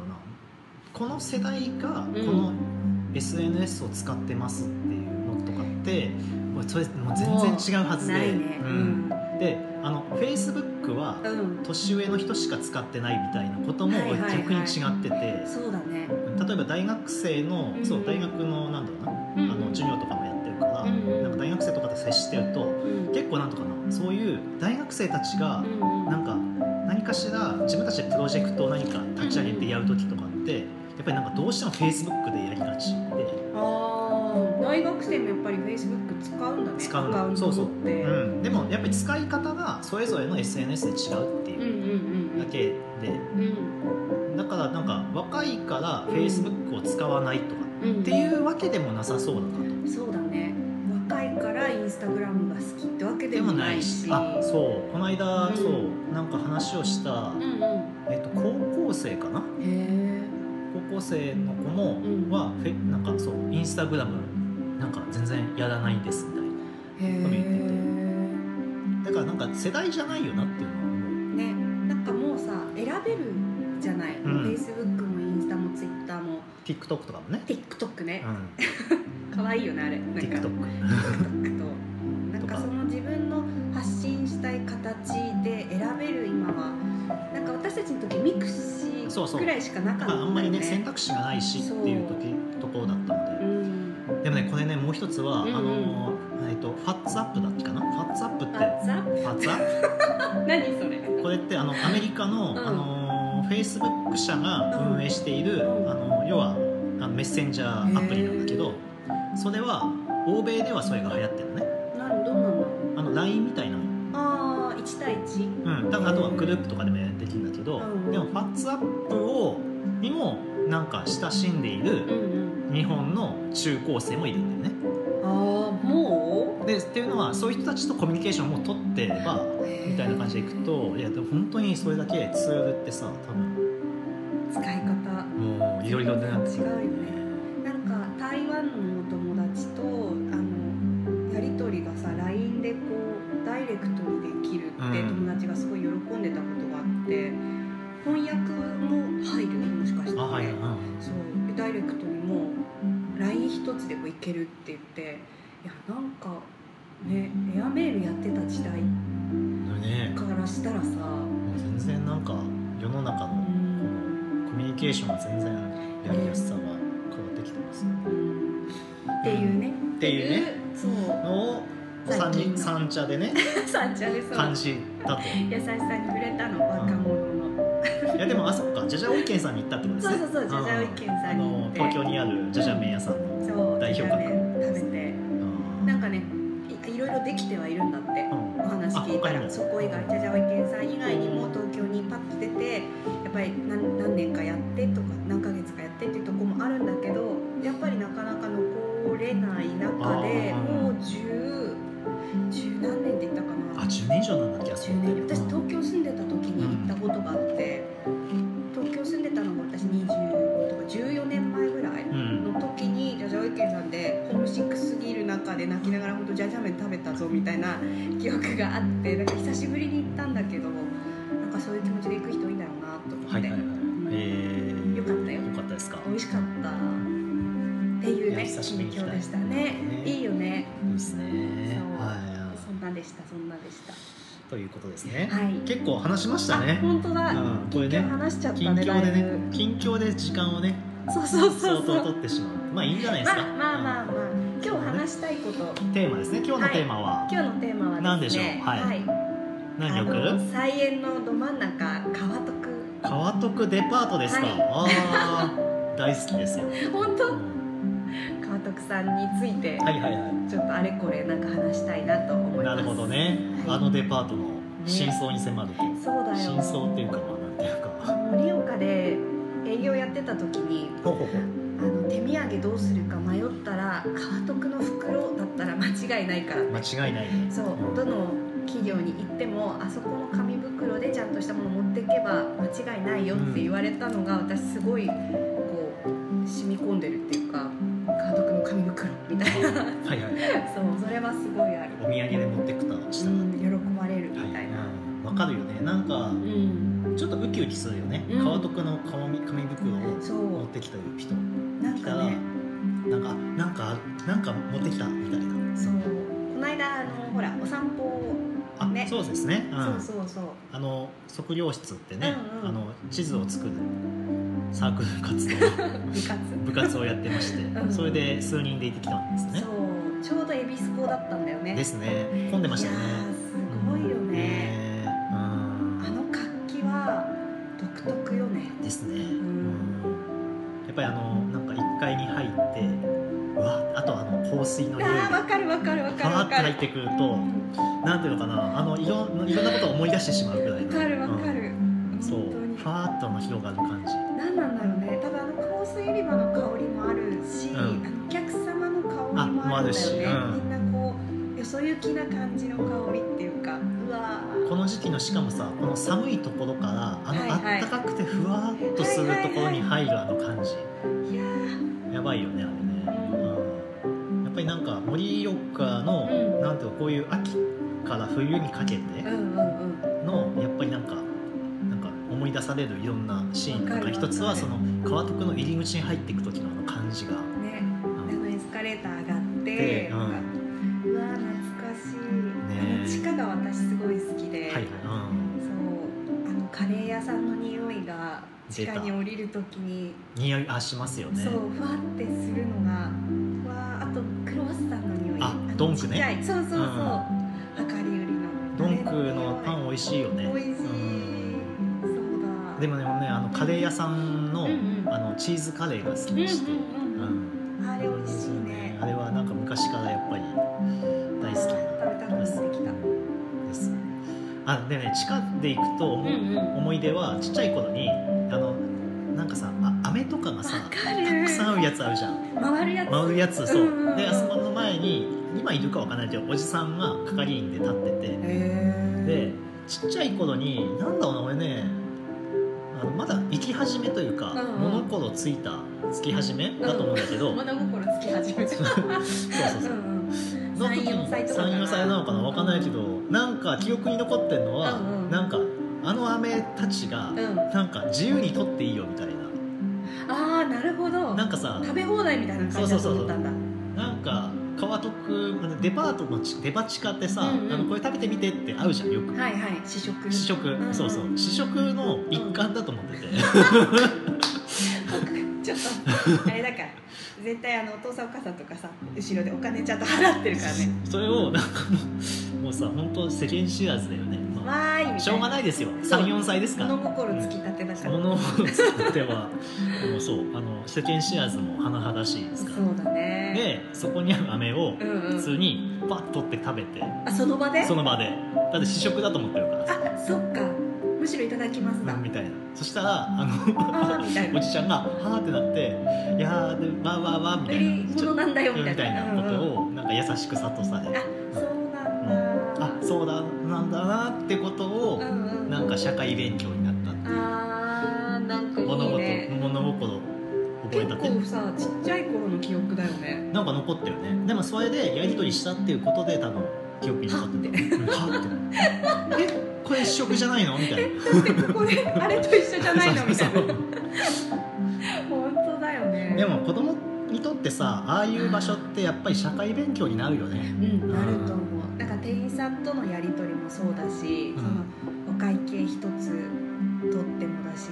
Speaker 2: この世代がこ
Speaker 1: う
Speaker 2: の SNS を使ってますっていうのとかって、もうそれもう全然違うはずで
Speaker 1: ないね
Speaker 2: うん、であの Facebook は
Speaker 1: うん、うん、
Speaker 2: 年上の人しか使ってないみたいなことも
Speaker 1: はいはいはい
Speaker 2: 逆に違ってて、
Speaker 1: そうだね
Speaker 2: 例えば大学生の、
Speaker 1: うん
Speaker 2: そう大学のなんだろうな、
Speaker 1: うん
Speaker 2: あの授業とかもやってるから、
Speaker 1: うん
Speaker 2: なんか大学生とかと接してると
Speaker 1: うん
Speaker 2: 結構なんとかなそういう大学生たちが
Speaker 1: うんうん
Speaker 2: なんか何かしら自分たちでプロジェクトを何か立ち上げてやる時とかってやっぱりなんかどうしても Facebook でやりがちで、
Speaker 1: あー大学生もやっぱり Facebook 使うんだね
Speaker 2: 使
Speaker 1: ア
Speaker 2: う
Speaker 1: カウン
Speaker 2: の
Speaker 1: ト
Speaker 2: そうそう、
Speaker 1: 持っ
Speaker 2: う
Speaker 1: て
Speaker 2: ん、でもやっぱり使い方がそれぞれの SNS で違うって
Speaker 1: うんう
Speaker 2: いうんだけで
Speaker 1: うんうん
Speaker 2: だからなんか若いから Facebook を使わないとか
Speaker 1: うん
Speaker 2: っていうわけでもなさそうだなと
Speaker 1: そうだね若いからインスタグラムが好きってわけで
Speaker 2: で
Speaker 1: も
Speaker 2: も
Speaker 1: な
Speaker 2: ないい
Speaker 1: し
Speaker 2: しあそうこの間、
Speaker 1: うん
Speaker 2: そうなんか話をした、
Speaker 1: うんうん
Speaker 2: えっと、高校生かな
Speaker 1: へえ
Speaker 2: 高校生の子も
Speaker 1: うん
Speaker 2: は、フェなんかそうインスタグラムなんか全然やらないんですみたい
Speaker 1: へ
Speaker 2: 伸びてて
Speaker 1: え
Speaker 2: なだからなんか世代じゃないよなっていうのは思う
Speaker 1: ねなんかもうさ選べるじゃない、
Speaker 2: うん
Speaker 1: Facebook もインスタも Twitter も
Speaker 2: TikTok とかもね、
Speaker 1: TikTok ね
Speaker 2: う、ん、
Speaker 1: 可愛いよねあれなんか TikTok とな
Speaker 2: TikTok
Speaker 1: ん
Speaker 2: と
Speaker 1: か
Speaker 2: か
Speaker 1: その自分の発信したい形で選べる今はなんか私たちの時ミクシ
Speaker 2: そう
Speaker 1: ー
Speaker 2: そう
Speaker 1: くらいしかなかった
Speaker 2: まああんまりね選
Speaker 1: 択
Speaker 2: 択肢がないしっていう時ところだったの
Speaker 1: う
Speaker 2: で
Speaker 1: ん
Speaker 2: でもねこれねもう一つは、
Speaker 1: うんうん
Speaker 2: あのーえっとファッツアップだっけかなファッツアップって
Speaker 1: あざ
Speaker 2: ファッツアップ
Speaker 1: 何それ
Speaker 2: これってあのアメリカの、
Speaker 1: うん
Speaker 2: あのフェイスブック社が運営している、
Speaker 1: うん
Speaker 2: あの要はあのメッセンジャーアプリなんだけどそれは欧米ではそれが流行ってるのね
Speaker 1: 何どうなの
Speaker 2: あの LINE みたいなの、
Speaker 1: ああ1対1
Speaker 2: うん、だからあとはグループとかでもできるんだけど、
Speaker 1: うん
Speaker 2: でも FATSApp をにもなんか親しんでい
Speaker 1: うん
Speaker 2: る
Speaker 1: うん
Speaker 2: 日本の中高生もいるんだよね
Speaker 1: ああも
Speaker 2: でっていうのはそういう人たちとコミュニケーションをもう取ってれば
Speaker 1: うみ
Speaker 2: みたいな感じでいくといやでも本当にそれだけツールってさ多分
Speaker 1: 使い方
Speaker 2: もういろいろな
Speaker 1: 違うよねなんか台湾のお友達とあのやり取りがさ LINE でこうダイレクトにできるって
Speaker 2: うん
Speaker 1: 友達がすごい喜んでたことがあって、翻訳も入るもしかして、
Speaker 2: あはい、
Speaker 1: そうでダイレクトにもう LINE 一つでこういけるって言っていやなんかねエアメールやってた時代
Speaker 2: うん、ね
Speaker 1: からしたらさ
Speaker 2: もう全然なんか世の中
Speaker 1: う
Speaker 2: の
Speaker 1: ん
Speaker 2: コミュニケーションが全然やりやすさが変わってきてます
Speaker 1: うんっていうね
Speaker 2: っていうね
Speaker 1: そう
Speaker 2: のを
Speaker 1: 最
Speaker 2: 三
Speaker 1: 近の
Speaker 2: 人三茶でね
Speaker 1: さんちゃんでそう
Speaker 2: 感じたと
Speaker 1: 優しさに触れたの若者の
Speaker 2: いやでもあそっかじゃじゃおいけんさんに行ったってことですね
Speaker 1: そうそうそうじゃじゃおいけんさんに行って
Speaker 2: あの東京にあるじゃじゃ麺屋さんの
Speaker 1: そう
Speaker 2: 代表格
Speaker 1: ラーメン食べてなんかねいいろいろできてはいるんだって
Speaker 2: うん
Speaker 1: お話聞いた
Speaker 2: あ他に
Speaker 1: ら
Speaker 2: も
Speaker 1: そこ以外じゃじゃおいけんさん以外にも東京にパッと出てやっぱり何何年かやってとか何ヶ月かやってっていうとこもあるんだけどやっぱりなかなか残れない中で
Speaker 2: あー
Speaker 1: もう十十何年って言っ周年イベント私東京住んでた時に行ったことがあって東京住んでたのが私20とか14年前ぐらい
Speaker 2: うん
Speaker 1: の時にジャジャオイケンさんでホームシックすぎる中で泣きながら本当ジャジャ麺食べたぞみたいな記憶があってなんか久しぶりに行ったんだけどなんかそういう気持ちで行く人多いんだろうなと思って、
Speaker 2: はいはいはいえー、
Speaker 1: よかったよ
Speaker 2: よかったですか
Speaker 1: 美味しかったっていう
Speaker 2: いや
Speaker 1: ね
Speaker 2: 久しぶりに行きたい
Speaker 1: でしたね
Speaker 2: ね
Speaker 1: いいよね
Speaker 2: いいですね
Speaker 1: そう
Speaker 2: は
Speaker 1: そんなでしたそんなでした
Speaker 2: いということですね、
Speaker 1: はい
Speaker 2: 結構話しました
Speaker 1: あ
Speaker 2: ね
Speaker 1: 本当だ、
Speaker 2: うんこれ
Speaker 1: 近
Speaker 2: ね
Speaker 1: 況話しちゃった
Speaker 2: 近
Speaker 1: ね
Speaker 2: 況で
Speaker 1: だいぶ
Speaker 2: ね近況で時間をね
Speaker 1: そうそうそ
Speaker 2: 相
Speaker 1: うそ
Speaker 2: 当
Speaker 1: う
Speaker 2: 取ってしまうまあいいんじゃないです
Speaker 1: ま
Speaker 2: か、
Speaker 1: あまあまあまあ今日話したいこと
Speaker 2: うんテーマですね今日のテーマは
Speaker 1: 今日のテーマはですね
Speaker 2: 何でしょうはい
Speaker 1: あ
Speaker 2: 何曲、
Speaker 1: の菜園のど真ん中川徳
Speaker 2: 川徳デパートです
Speaker 1: は
Speaker 2: か、
Speaker 1: い
Speaker 2: ああ大好きですよ、
Speaker 1: 本
Speaker 2: う
Speaker 1: 当
Speaker 2: ん
Speaker 1: 川徳さんについて、
Speaker 2: はいはいは
Speaker 1: ちょっとあれこれなんか話したいなと思い
Speaker 2: い
Speaker 1: ます
Speaker 2: なるほどね、
Speaker 1: はい
Speaker 2: あのデパートの真相に迫る、
Speaker 1: そうだよ
Speaker 2: 真相っていうかまあなんていうか
Speaker 1: 盛岡で営業やってた時に
Speaker 2: ほほほ
Speaker 1: あの手土産どうするか迷ったら川徳の袋だったら間違いないからって
Speaker 2: 間違いないね
Speaker 1: そうどの企業に行ってもあそこの紙袋でちゃんとしたもの持ってけば間違いないよって言われたのが、私すごいこう染み込んでるっていうか家族の紙袋みたい な
Speaker 2: はいはい
Speaker 1: そうそれはすごいある、
Speaker 2: お土産で持ってくとした
Speaker 1: う
Speaker 2: ら、
Speaker 1: ん、喜ばれるみ
Speaker 2: はい
Speaker 1: たいな、
Speaker 2: うんわかるよねなんか
Speaker 1: うん
Speaker 2: ちょっとウキウキするよね、
Speaker 1: うん
Speaker 2: 川徳の紙紙袋を
Speaker 1: そ
Speaker 2: 持っ
Speaker 1: う
Speaker 2: てきた人
Speaker 1: なん
Speaker 2: 来た、
Speaker 1: からね
Speaker 2: なんかあなんかなんか持ってきたみたいな
Speaker 1: そうこの間あのほらお散歩を、
Speaker 2: あ、
Speaker 1: ね
Speaker 2: そうですね、うん、
Speaker 1: そうそうそう
Speaker 2: あの測量室ってね、
Speaker 1: うんうん
Speaker 2: あの地図を作るサークル活動
Speaker 1: 部活
Speaker 2: 部活をやってまして、
Speaker 1: うん
Speaker 2: それで数人で行ってきたんですね
Speaker 1: そうちょうど恵比寿港だったんだよね
Speaker 2: ですね混んでましたね
Speaker 1: いやーすごいよね、
Speaker 2: ねうん
Speaker 1: あの活気は独特よね
Speaker 2: ですね、うん
Speaker 1: ん
Speaker 2: やっぱりあのなんか1階に入ってうわあとあの香水の
Speaker 1: あ
Speaker 2: 匂いが
Speaker 1: ーわかるわかるわ
Speaker 2: フ
Speaker 1: か
Speaker 2: ァ
Speaker 1: る
Speaker 2: ー
Speaker 1: わ
Speaker 2: って
Speaker 1: か
Speaker 2: 入
Speaker 1: る
Speaker 2: ってくるとなんていうのかなあのいろんいろんなことを思い出してしまうぐらい
Speaker 1: わ
Speaker 2: の
Speaker 1: かるわかる、
Speaker 2: うんそう
Speaker 1: 本
Speaker 2: フ
Speaker 1: 当に
Speaker 2: ァーっとの広がる感じ
Speaker 1: 何なんだろうね多分あの香水売り場の香りもあるし、
Speaker 2: うん
Speaker 1: あのお客様の香りもあるんだよね、
Speaker 2: あもあるしうん
Speaker 1: みんなこうよそ行きな感じの香りっていうかうわー
Speaker 2: この時期のしかもさこの寒いところからあの
Speaker 1: はいはい
Speaker 2: 暖かくてふわっとするところに入るあの感じ
Speaker 1: いやー
Speaker 2: やばいよねあれね、
Speaker 1: う
Speaker 2: うん、やっぱりなんか盛岡の、
Speaker 1: うん
Speaker 2: なんていうのこういう秋から冬にかけて
Speaker 1: うんうんうん
Speaker 2: のやっぱりなんかなんか思い出されるいろんなシーン
Speaker 1: わ
Speaker 2: な
Speaker 1: か
Speaker 2: ん
Speaker 1: る
Speaker 2: か一つ
Speaker 1: わ
Speaker 2: は
Speaker 1: かる
Speaker 2: その川徳の入り口に入っていく時のあの感じが、
Speaker 1: ね
Speaker 2: うん
Speaker 1: あのエスカレーター上がって、
Speaker 2: でうん
Speaker 1: なんかうわー懐かしい、あの地下が私すごい好きで、
Speaker 2: はいはい、うん、
Speaker 1: そうあのカレー屋さんの匂いが地下に降りるときに、
Speaker 2: 匂いあしますよね
Speaker 1: そうふわってするのがうわーあとクロワッサンの匂い
Speaker 2: あ
Speaker 1: の
Speaker 2: ドン
Speaker 1: ち
Speaker 2: クね
Speaker 1: っちゃいそうそうそう、
Speaker 2: うん
Speaker 1: 量り売りの
Speaker 2: ドンクのパン
Speaker 1: を
Speaker 2: 美味しいよね
Speaker 1: 美味しい、
Speaker 2: うん
Speaker 1: そうだ
Speaker 2: でもねもうねあのカレー屋さんの,、
Speaker 1: うんうん
Speaker 2: あのチーズカレーが好き
Speaker 1: うん
Speaker 2: でして、
Speaker 1: うんうん、うん、あれ美味しいね
Speaker 2: あれはなんか昔からやっぱり大好きな
Speaker 1: 食べたくなってきた
Speaker 2: ですあでね地下で行くと、
Speaker 1: うんうん
Speaker 2: 思い出はちっちゃい頃にあのなんかさあ飴とかがさ
Speaker 1: わ
Speaker 2: た
Speaker 1: かる
Speaker 2: くさんあるやつあるじゃん
Speaker 1: 回るやつ
Speaker 2: 回るやつそう、
Speaker 1: うんうんうん
Speaker 2: であそこの前に今いるかわかんないけどおじさんが係員で立っててで
Speaker 1: へ
Speaker 2: ちっちゃい頃になんだろうな俺ねあのまだ行き始めというか、
Speaker 1: うんうん
Speaker 2: 物心ついたつき始めだと思うんだけど、
Speaker 1: 物心つき始めた
Speaker 2: そう そうそう、その時に
Speaker 1: 34歳とかかな
Speaker 2: 34歳なのかなわかんないけどなんか記憶に残ってるの
Speaker 1: う
Speaker 2: は、
Speaker 1: んうん
Speaker 2: なんかあの飴たちが、
Speaker 1: うんうんあ
Speaker 2: なんか自由に取っていいよみたいな
Speaker 1: あーなるほど
Speaker 2: なんかさ
Speaker 1: 食べ放題みたいな感じだと思ったんだ
Speaker 2: なんか川徳デパートのちデパ地下ってさ、
Speaker 1: うんうん
Speaker 2: あのこれ食べてみてって合うじゃんよく、
Speaker 1: はいはい試食
Speaker 2: 試食、
Speaker 1: ん
Speaker 2: そうそう試食の一環だと思ってて、
Speaker 1: 僕 ちょっとあれだから絶対あのお父さんお母さんとかさ後ろでお金ちゃんと払ってるからね
Speaker 2: それをなんかもうもうさ本当世間知らずだよね、ま
Speaker 1: わーいみたい
Speaker 2: あ、
Speaker 1: な
Speaker 2: しょうがないですよ
Speaker 1: そう
Speaker 2: 34歳ですから
Speaker 1: 物心つきたてだから
Speaker 2: 物を作ってはもうそうあの世間知らずも甚だしいですから
Speaker 1: そうだね
Speaker 2: でそこにある飴を
Speaker 1: うんう
Speaker 2: 普通
Speaker 1: ん
Speaker 2: にパッと取って食べて、
Speaker 1: あその場で
Speaker 2: その場でだって試食だと思ってるからさ
Speaker 1: あそっかむしろいただきますだ
Speaker 2: みたいなそしたらあ
Speaker 1: あーみたい
Speaker 2: の
Speaker 1: な
Speaker 2: おじちゃんが「はーってなって「いやーでわーわーわー」みた
Speaker 1: 売
Speaker 2: い
Speaker 1: り
Speaker 2: なちょ
Speaker 1: 物なんだよみたいな
Speaker 2: みたいなことをなんか優しく諭され
Speaker 1: あ
Speaker 2: て
Speaker 1: そうなん
Speaker 2: 「
Speaker 1: だ
Speaker 2: あそうだうなんだなってことを
Speaker 1: うん
Speaker 2: なんか社会勉強になったっていう
Speaker 1: あーなんかいい
Speaker 2: 物事
Speaker 1: ね
Speaker 2: 物心を覚え
Speaker 1: 結
Speaker 2: たって
Speaker 1: 構さちっちゃい頃の記憶だよね
Speaker 2: なんか残ってるねでもそれでやり取りしたっていうことで多分記憶に残ってたうんはってえこれ試食じゃないのみたいな
Speaker 1: だってここであれと一緒じゃないのみたい
Speaker 2: そ
Speaker 1: な
Speaker 2: うそう
Speaker 1: 本当だよね
Speaker 2: でも子供にとってさああいう場所ってやっぱり社会勉強になるよね
Speaker 1: うんなると思うなんか店員さんとのやり取りもそうだし、
Speaker 2: う
Speaker 1: そ
Speaker 2: ん
Speaker 1: のお会計一つとってもだし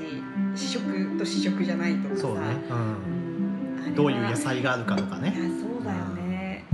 Speaker 1: 試食と試食じゃないとかさ
Speaker 2: そうね、う、
Speaker 1: うんんあれは
Speaker 2: どういう野菜があるかとか
Speaker 1: いや
Speaker 2: ね
Speaker 1: そうだよね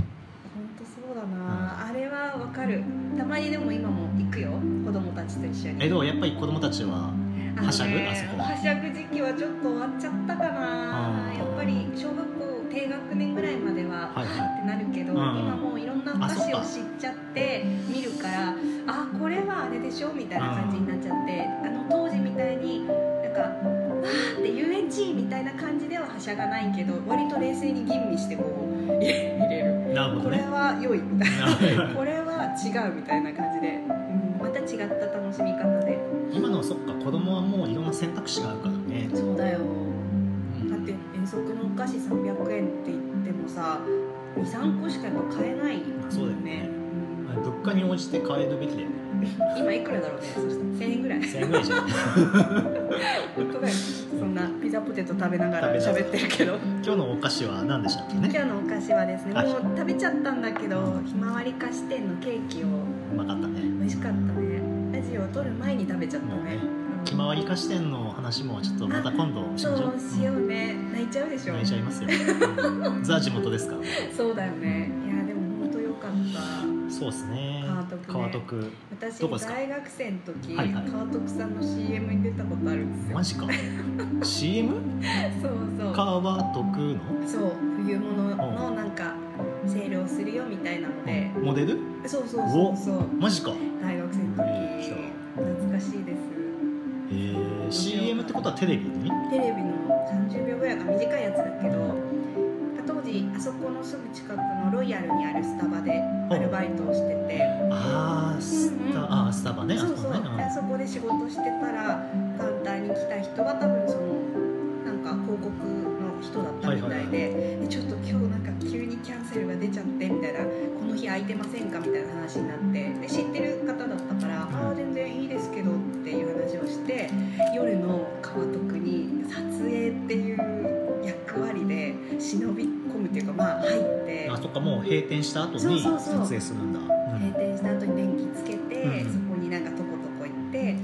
Speaker 1: 本当そうだな、あれはわかるたまにでも今も行くよ子供たちと一緒に
Speaker 2: えどうやっぱり子供たちは
Speaker 1: あのね
Speaker 2: はしゃぐあそこは
Speaker 1: はしゃぐ時期はちょっと終わっちゃったかな
Speaker 2: あー
Speaker 1: やっぱり小学校低学年ぐらいまでは
Speaker 2: はいはい
Speaker 1: ってなるけど、
Speaker 2: うん
Speaker 1: 今もういろんな歌詞を知っちゃって見るからあこれはあれでしょみたいな感じになっちゃってあの当時みたいになんか「わー」って遊園地みたいな感じでははしゃがないけど割と冷静に吟味してこう入れ入れる
Speaker 2: なるほ
Speaker 1: こ
Speaker 2: ど
Speaker 1: れ
Speaker 2: ね
Speaker 1: は良いみたい
Speaker 2: なるほ
Speaker 1: なこれは違うみたいな感じで、うんまた違った楽しみ方で
Speaker 2: ど 今のそっか子供はもういろんな選択肢があるからね
Speaker 1: そうだよ
Speaker 2: うん
Speaker 1: だって遠足のお菓子300円って言ってもさ23個しかやっぱ買えないよ
Speaker 2: そうだよね
Speaker 1: うん
Speaker 2: 物価に応じて変えるべきだよね
Speaker 1: 今いくらだろうねそしたら1000円ぐらい
Speaker 2: 1000円ぐらいじゃん
Speaker 1: 本当だよそんなピザポテト食べながら
Speaker 2: 食べながら
Speaker 1: 喋ってるけど
Speaker 2: 今日のお菓子は何でしたっけ
Speaker 1: 今日
Speaker 2: ね
Speaker 1: のお菓子はですね
Speaker 2: はい
Speaker 1: もう食べちゃったんだけどひまわり菓子店のケーキを
Speaker 2: うまかったね
Speaker 1: 美味しかったねラジオを撮る前に食べちゃった
Speaker 2: もう
Speaker 1: ね
Speaker 2: ね
Speaker 1: うん
Speaker 2: ひまわり菓子店の話もちょっとまた今度し
Speaker 1: そ
Speaker 2: ましょう
Speaker 1: うしようね泣いちゃうでしょ
Speaker 2: 泣いちゃ いますよザ地元ですから
Speaker 1: そうだよねいやでも本当良かった
Speaker 2: そうですね
Speaker 1: 川徳ね
Speaker 2: 川徳どこで
Speaker 1: 私
Speaker 2: すか
Speaker 1: 大学生の時、
Speaker 2: はいはい
Speaker 1: 川徳さんの CM に出たことあるんですよ
Speaker 2: マジか CM?
Speaker 1: そうそう
Speaker 2: 川徳の
Speaker 1: そう冬物のなんかセールをするよみたいなので
Speaker 2: モデル
Speaker 1: そうそうそうそう
Speaker 2: マジかへ
Speaker 1: 大学生の時
Speaker 2: そう
Speaker 1: 懐かしいです
Speaker 2: え CM ってことはテレビに
Speaker 1: テレビの30秒ぐらいが短いやつだけど当時あそこのすぐ近くのロイヤルにあるスタバでアルバイトをしてて
Speaker 2: あース
Speaker 1: うんうん
Speaker 2: タあースタバねあ
Speaker 1: そう
Speaker 2: そ
Speaker 1: そ
Speaker 2: こ
Speaker 1: う
Speaker 2: ね
Speaker 1: であそこで仕事してたらカウンターに来た人が多分そのなんか広告の人だったみたいで,、でちょっと今日なんか急にキャンセルが出ちゃってみたいなこの日空いてませんかみたいな話になってで知ってる方だったから「
Speaker 2: ん
Speaker 1: ああ全然いいですけど」っていう話をして夜の川徳に撮影っていう役割で忍び込むっていうかまあ入って
Speaker 2: うんあ。そっかもう閉店した後
Speaker 1: そう
Speaker 2: に
Speaker 1: そうそう
Speaker 2: 撮影するんだ
Speaker 1: 閉店した後に電気つけて、
Speaker 2: うんうん
Speaker 1: そこになんかとことこ行って、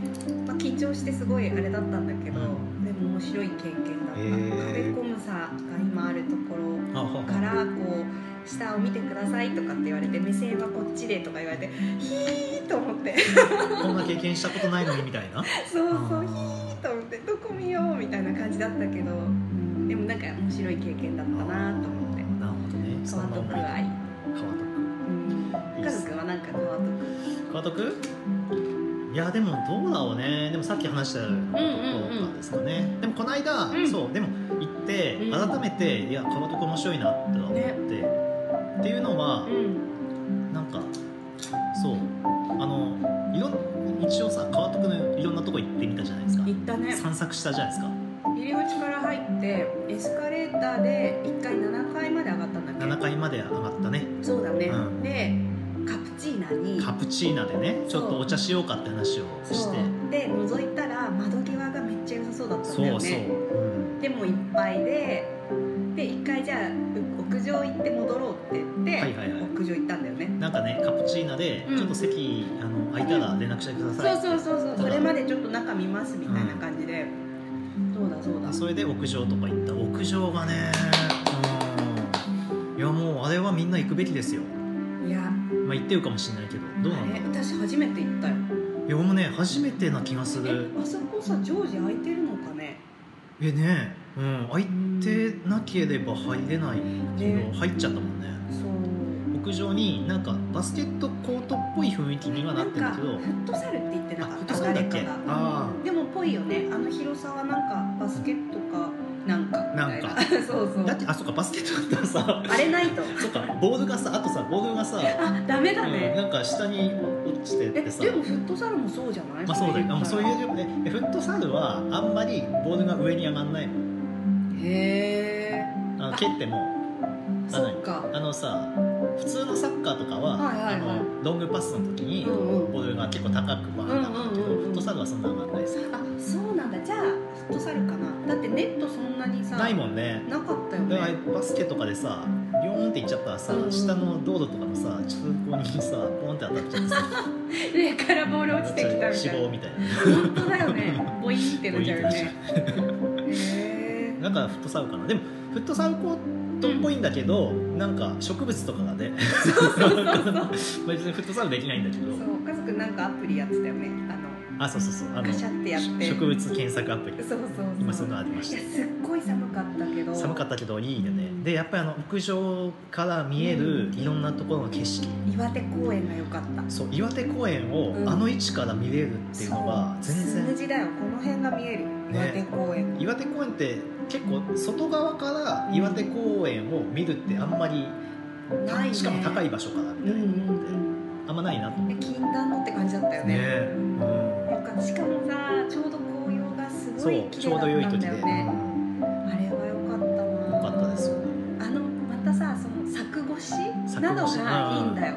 Speaker 1: まあ、緊張してすごいあれだったんだけど、
Speaker 2: う
Speaker 1: でも面白い経験だった、
Speaker 2: へー
Speaker 1: カフェコムサが今あるところ
Speaker 2: うんあは
Speaker 1: か
Speaker 2: は
Speaker 1: らこう下を見てくださいとかって言われて目線はこっちでとか言われてヒーと思って
Speaker 2: こんな経験したことないのにみたいな
Speaker 1: そうそうヒ
Speaker 2: あ
Speaker 1: ーと思ってどこ見ようみたいな感じだったけど、うんでもなんか面白い経験だったなと思って、
Speaker 2: ーなるほどねそんな思い出
Speaker 1: 川徳
Speaker 2: 川徳
Speaker 1: うん、
Speaker 2: いいっ
Speaker 1: 家
Speaker 2: す
Speaker 1: 族はなんか川徳
Speaker 2: 川徳いやでもどうだろうねでもさっき話したようなことなんですかね、でもこの間、
Speaker 1: うん
Speaker 2: そうでも行って
Speaker 1: うん
Speaker 2: 改めて、いや川徳面白いなって思って、っていうのは
Speaker 1: う、ん
Speaker 2: なんかそうあのいろん一応さ川徳のいろんなとこ行ってみたじゃないですか
Speaker 1: 行ったね
Speaker 2: 散策したじゃないですか
Speaker 1: 入り口から入ってエスカレーターで1階7階まで上がったんだっけ
Speaker 2: 7階まで上がったね
Speaker 1: そうだね、
Speaker 2: うん
Speaker 1: でカプチーナに
Speaker 2: カプチーナでねちょっとお茶しようかって話をし
Speaker 1: そうで
Speaker 2: て
Speaker 1: 覗いたら窓際がめっちゃ良さそうだったん
Speaker 2: そう
Speaker 1: だ
Speaker 2: そ
Speaker 1: よ
Speaker 2: う、
Speaker 1: ね
Speaker 2: うん
Speaker 1: でもいっぱいでで1回じゃあう屋上行って戻ろうって言って、
Speaker 2: はいはいはい
Speaker 1: 屋上行ったんだよね
Speaker 2: なんかねカプチーナで
Speaker 1: うん
Speaker 2: ちょっと席、あの空いたら連絡してください、
Speaker 1: そうそうそうそうそれまでちょっと中見ますみたいな感じで、そうだそうだ
Speaker 2: それで屋上とか行った屋上がねうんいやもうあれはみんな行くべきですよ
Speaker 1: いや
Speaker 2: まあ行ってるかもしれないけどどうな
Speaker 1: あ
Speaker 2: んだ
Speaker 1: れ
Speaker 2: ろう
Speaker 1: 私初めて行ったよ
Speaker 2: いや俺もね初めてな気がす
Speaker 1: え
Speaker 2: る
Speaker 1: あそこさ常時空いてるのかね
Speaker 2: えねうん空いてなければ入れないけど
Speaker 1: ね
Speaker 2: 入っちゃったもんね
Speaker 1: そう
Speaker 2: 屋上になんかバスケットコートっぽい雰囲気にはなってるけど
Speaker 1: なんかフットサルって言って
Speaker 2: あ
Speaker 1: なか
Speaker 2: フ
Speaker 1: っ
Speaker 2: ット
Speaker 1: た
Speaker 2: サルだっけ
Speaker 1: 誰かが
Speaker 2: あ
Speaker 1: でもぽいよねあの広さはなんかバスケットかなんかみたいな
Speaker 2: なんか
Speaker 1: そうそ
Speaker 2: あだっ
Speaker 1: う
Speaker 2: てあそっかバスケットだったらさ
Speaker 1: あれないと
Speaker 2: そっかボールがさあとさボールがさ
Speaker 1: あダメだ
Speaker 2: うん
Speaker 1: ね、
Speaker 2: なんか下に落して
Speaker 1: え
Speaker 2: てさ
Speaker 1: でもフットサルもそうじゃない
Speaker 2: まあそうだよあそういう状況でえフットサルはあんまりボールが上に上がんないの
Speaker 1: へえ
Speaker 2: あの蹴っても
Speaker 1: そっか
Speaker 2: あのさ普通のサッカーとかは,、
Speaker 1: はいはいはい
Speaker 2: あのロングパスの時に
Speaker 1: うんうん
Speaker 2: ボールが結構高くわーって上がるけど、
Speaker 1: うんうんうんうん
Speaker 2: フットサルはそんな上がんないです
Speaker 1: あそうなんだじゃあフットサルかなだってネットそんなにさ
Speaker 2: ないもんね
Speaker 1: なかったよ
Speaker 2: だから
Speaker 1: ね
Speaker 2: バスケとかでさビョーンって行っちゃったらさ、
Speaker 1: うん
Speaker 2: 下の道路とかのさ通行にさポンって当たっちゃってさ
Speaker 1: 上からボール落ちてきたみ
Speaker 2: 死
Speaker 1: たいな
Speaker 2: 亡みたいな
Speaker 1: 本当だよ ねボインってなっちゃうよねへ
Speaker 2: なんかフットサルかなでもフットサルコートっぽいんだけど、なんか植物とかがね 別にフットサルできないんだけ
Speaker 1: え
Speaker 2: ど
Speaker 1: そう家族なんかアプリやってたよねあの
Speaker 2: あそうそうそうあ
Speaker 1: ガシャってやって
Speaker 2: 植物検索アプリ
Speaker 1: そうそうそう
Speaker 2: 今そんなのありま
Speaker 1: い
Speaker 2: し
Speaker 1: やすっごい寒かったけど
Speaker 2: た寒かったけどいいよねでやっぱりあの屋上から見えるいろんなところの景色
Speaker 1: 岩手公園が良かった
Speaker 2: そう岩手公園を
Speaker 1: うん
Speaker 2: あの位置から見れるっていうのが
Speaker 1: そう
Speaker 2: 全然
Speaker 1: 数字だよこの辺が見える岩手公園、
Speaker 2: 岩手公園って結構外側から岩手公園を見るってあんまり、
Speaker 1: ないね
Speaker 2: しかも高い場所からみ
Speaker 1: うん
Speaker 2: た
Speaker 1: う
Speaker 2: いな、
Speaker 1: ん
Speaker 2: あんまないなと
Speaker 1: う
Speaker 2: 思
Speaker 1: ん
Speaker 2: っ
Speaker 1: で禁断のって感じだったよ
Speaker 2: て
Speaker 1: ね
Speaker 2: うん
Speaker 1: なんかしかもさちょうど紅葉がすご
Speaker 2: そ
Speaker 1: いう綺
Speaker 2: ちょ
Speaker 1: 麗
Speaker 2: うど良い
Speaker 1: だったん
Speaker 2: 時
Speaker 1: だ
Speaker 2: で、
Speaker 1: よ
Speaker 2: うん
Speaker 1: ねあれは良かったな
Speaker 2: 良かったですよね
Speaker 1: あのまたさその柵越し
Speaker 2: 柵越し
Speaker 1: などがいいんだよ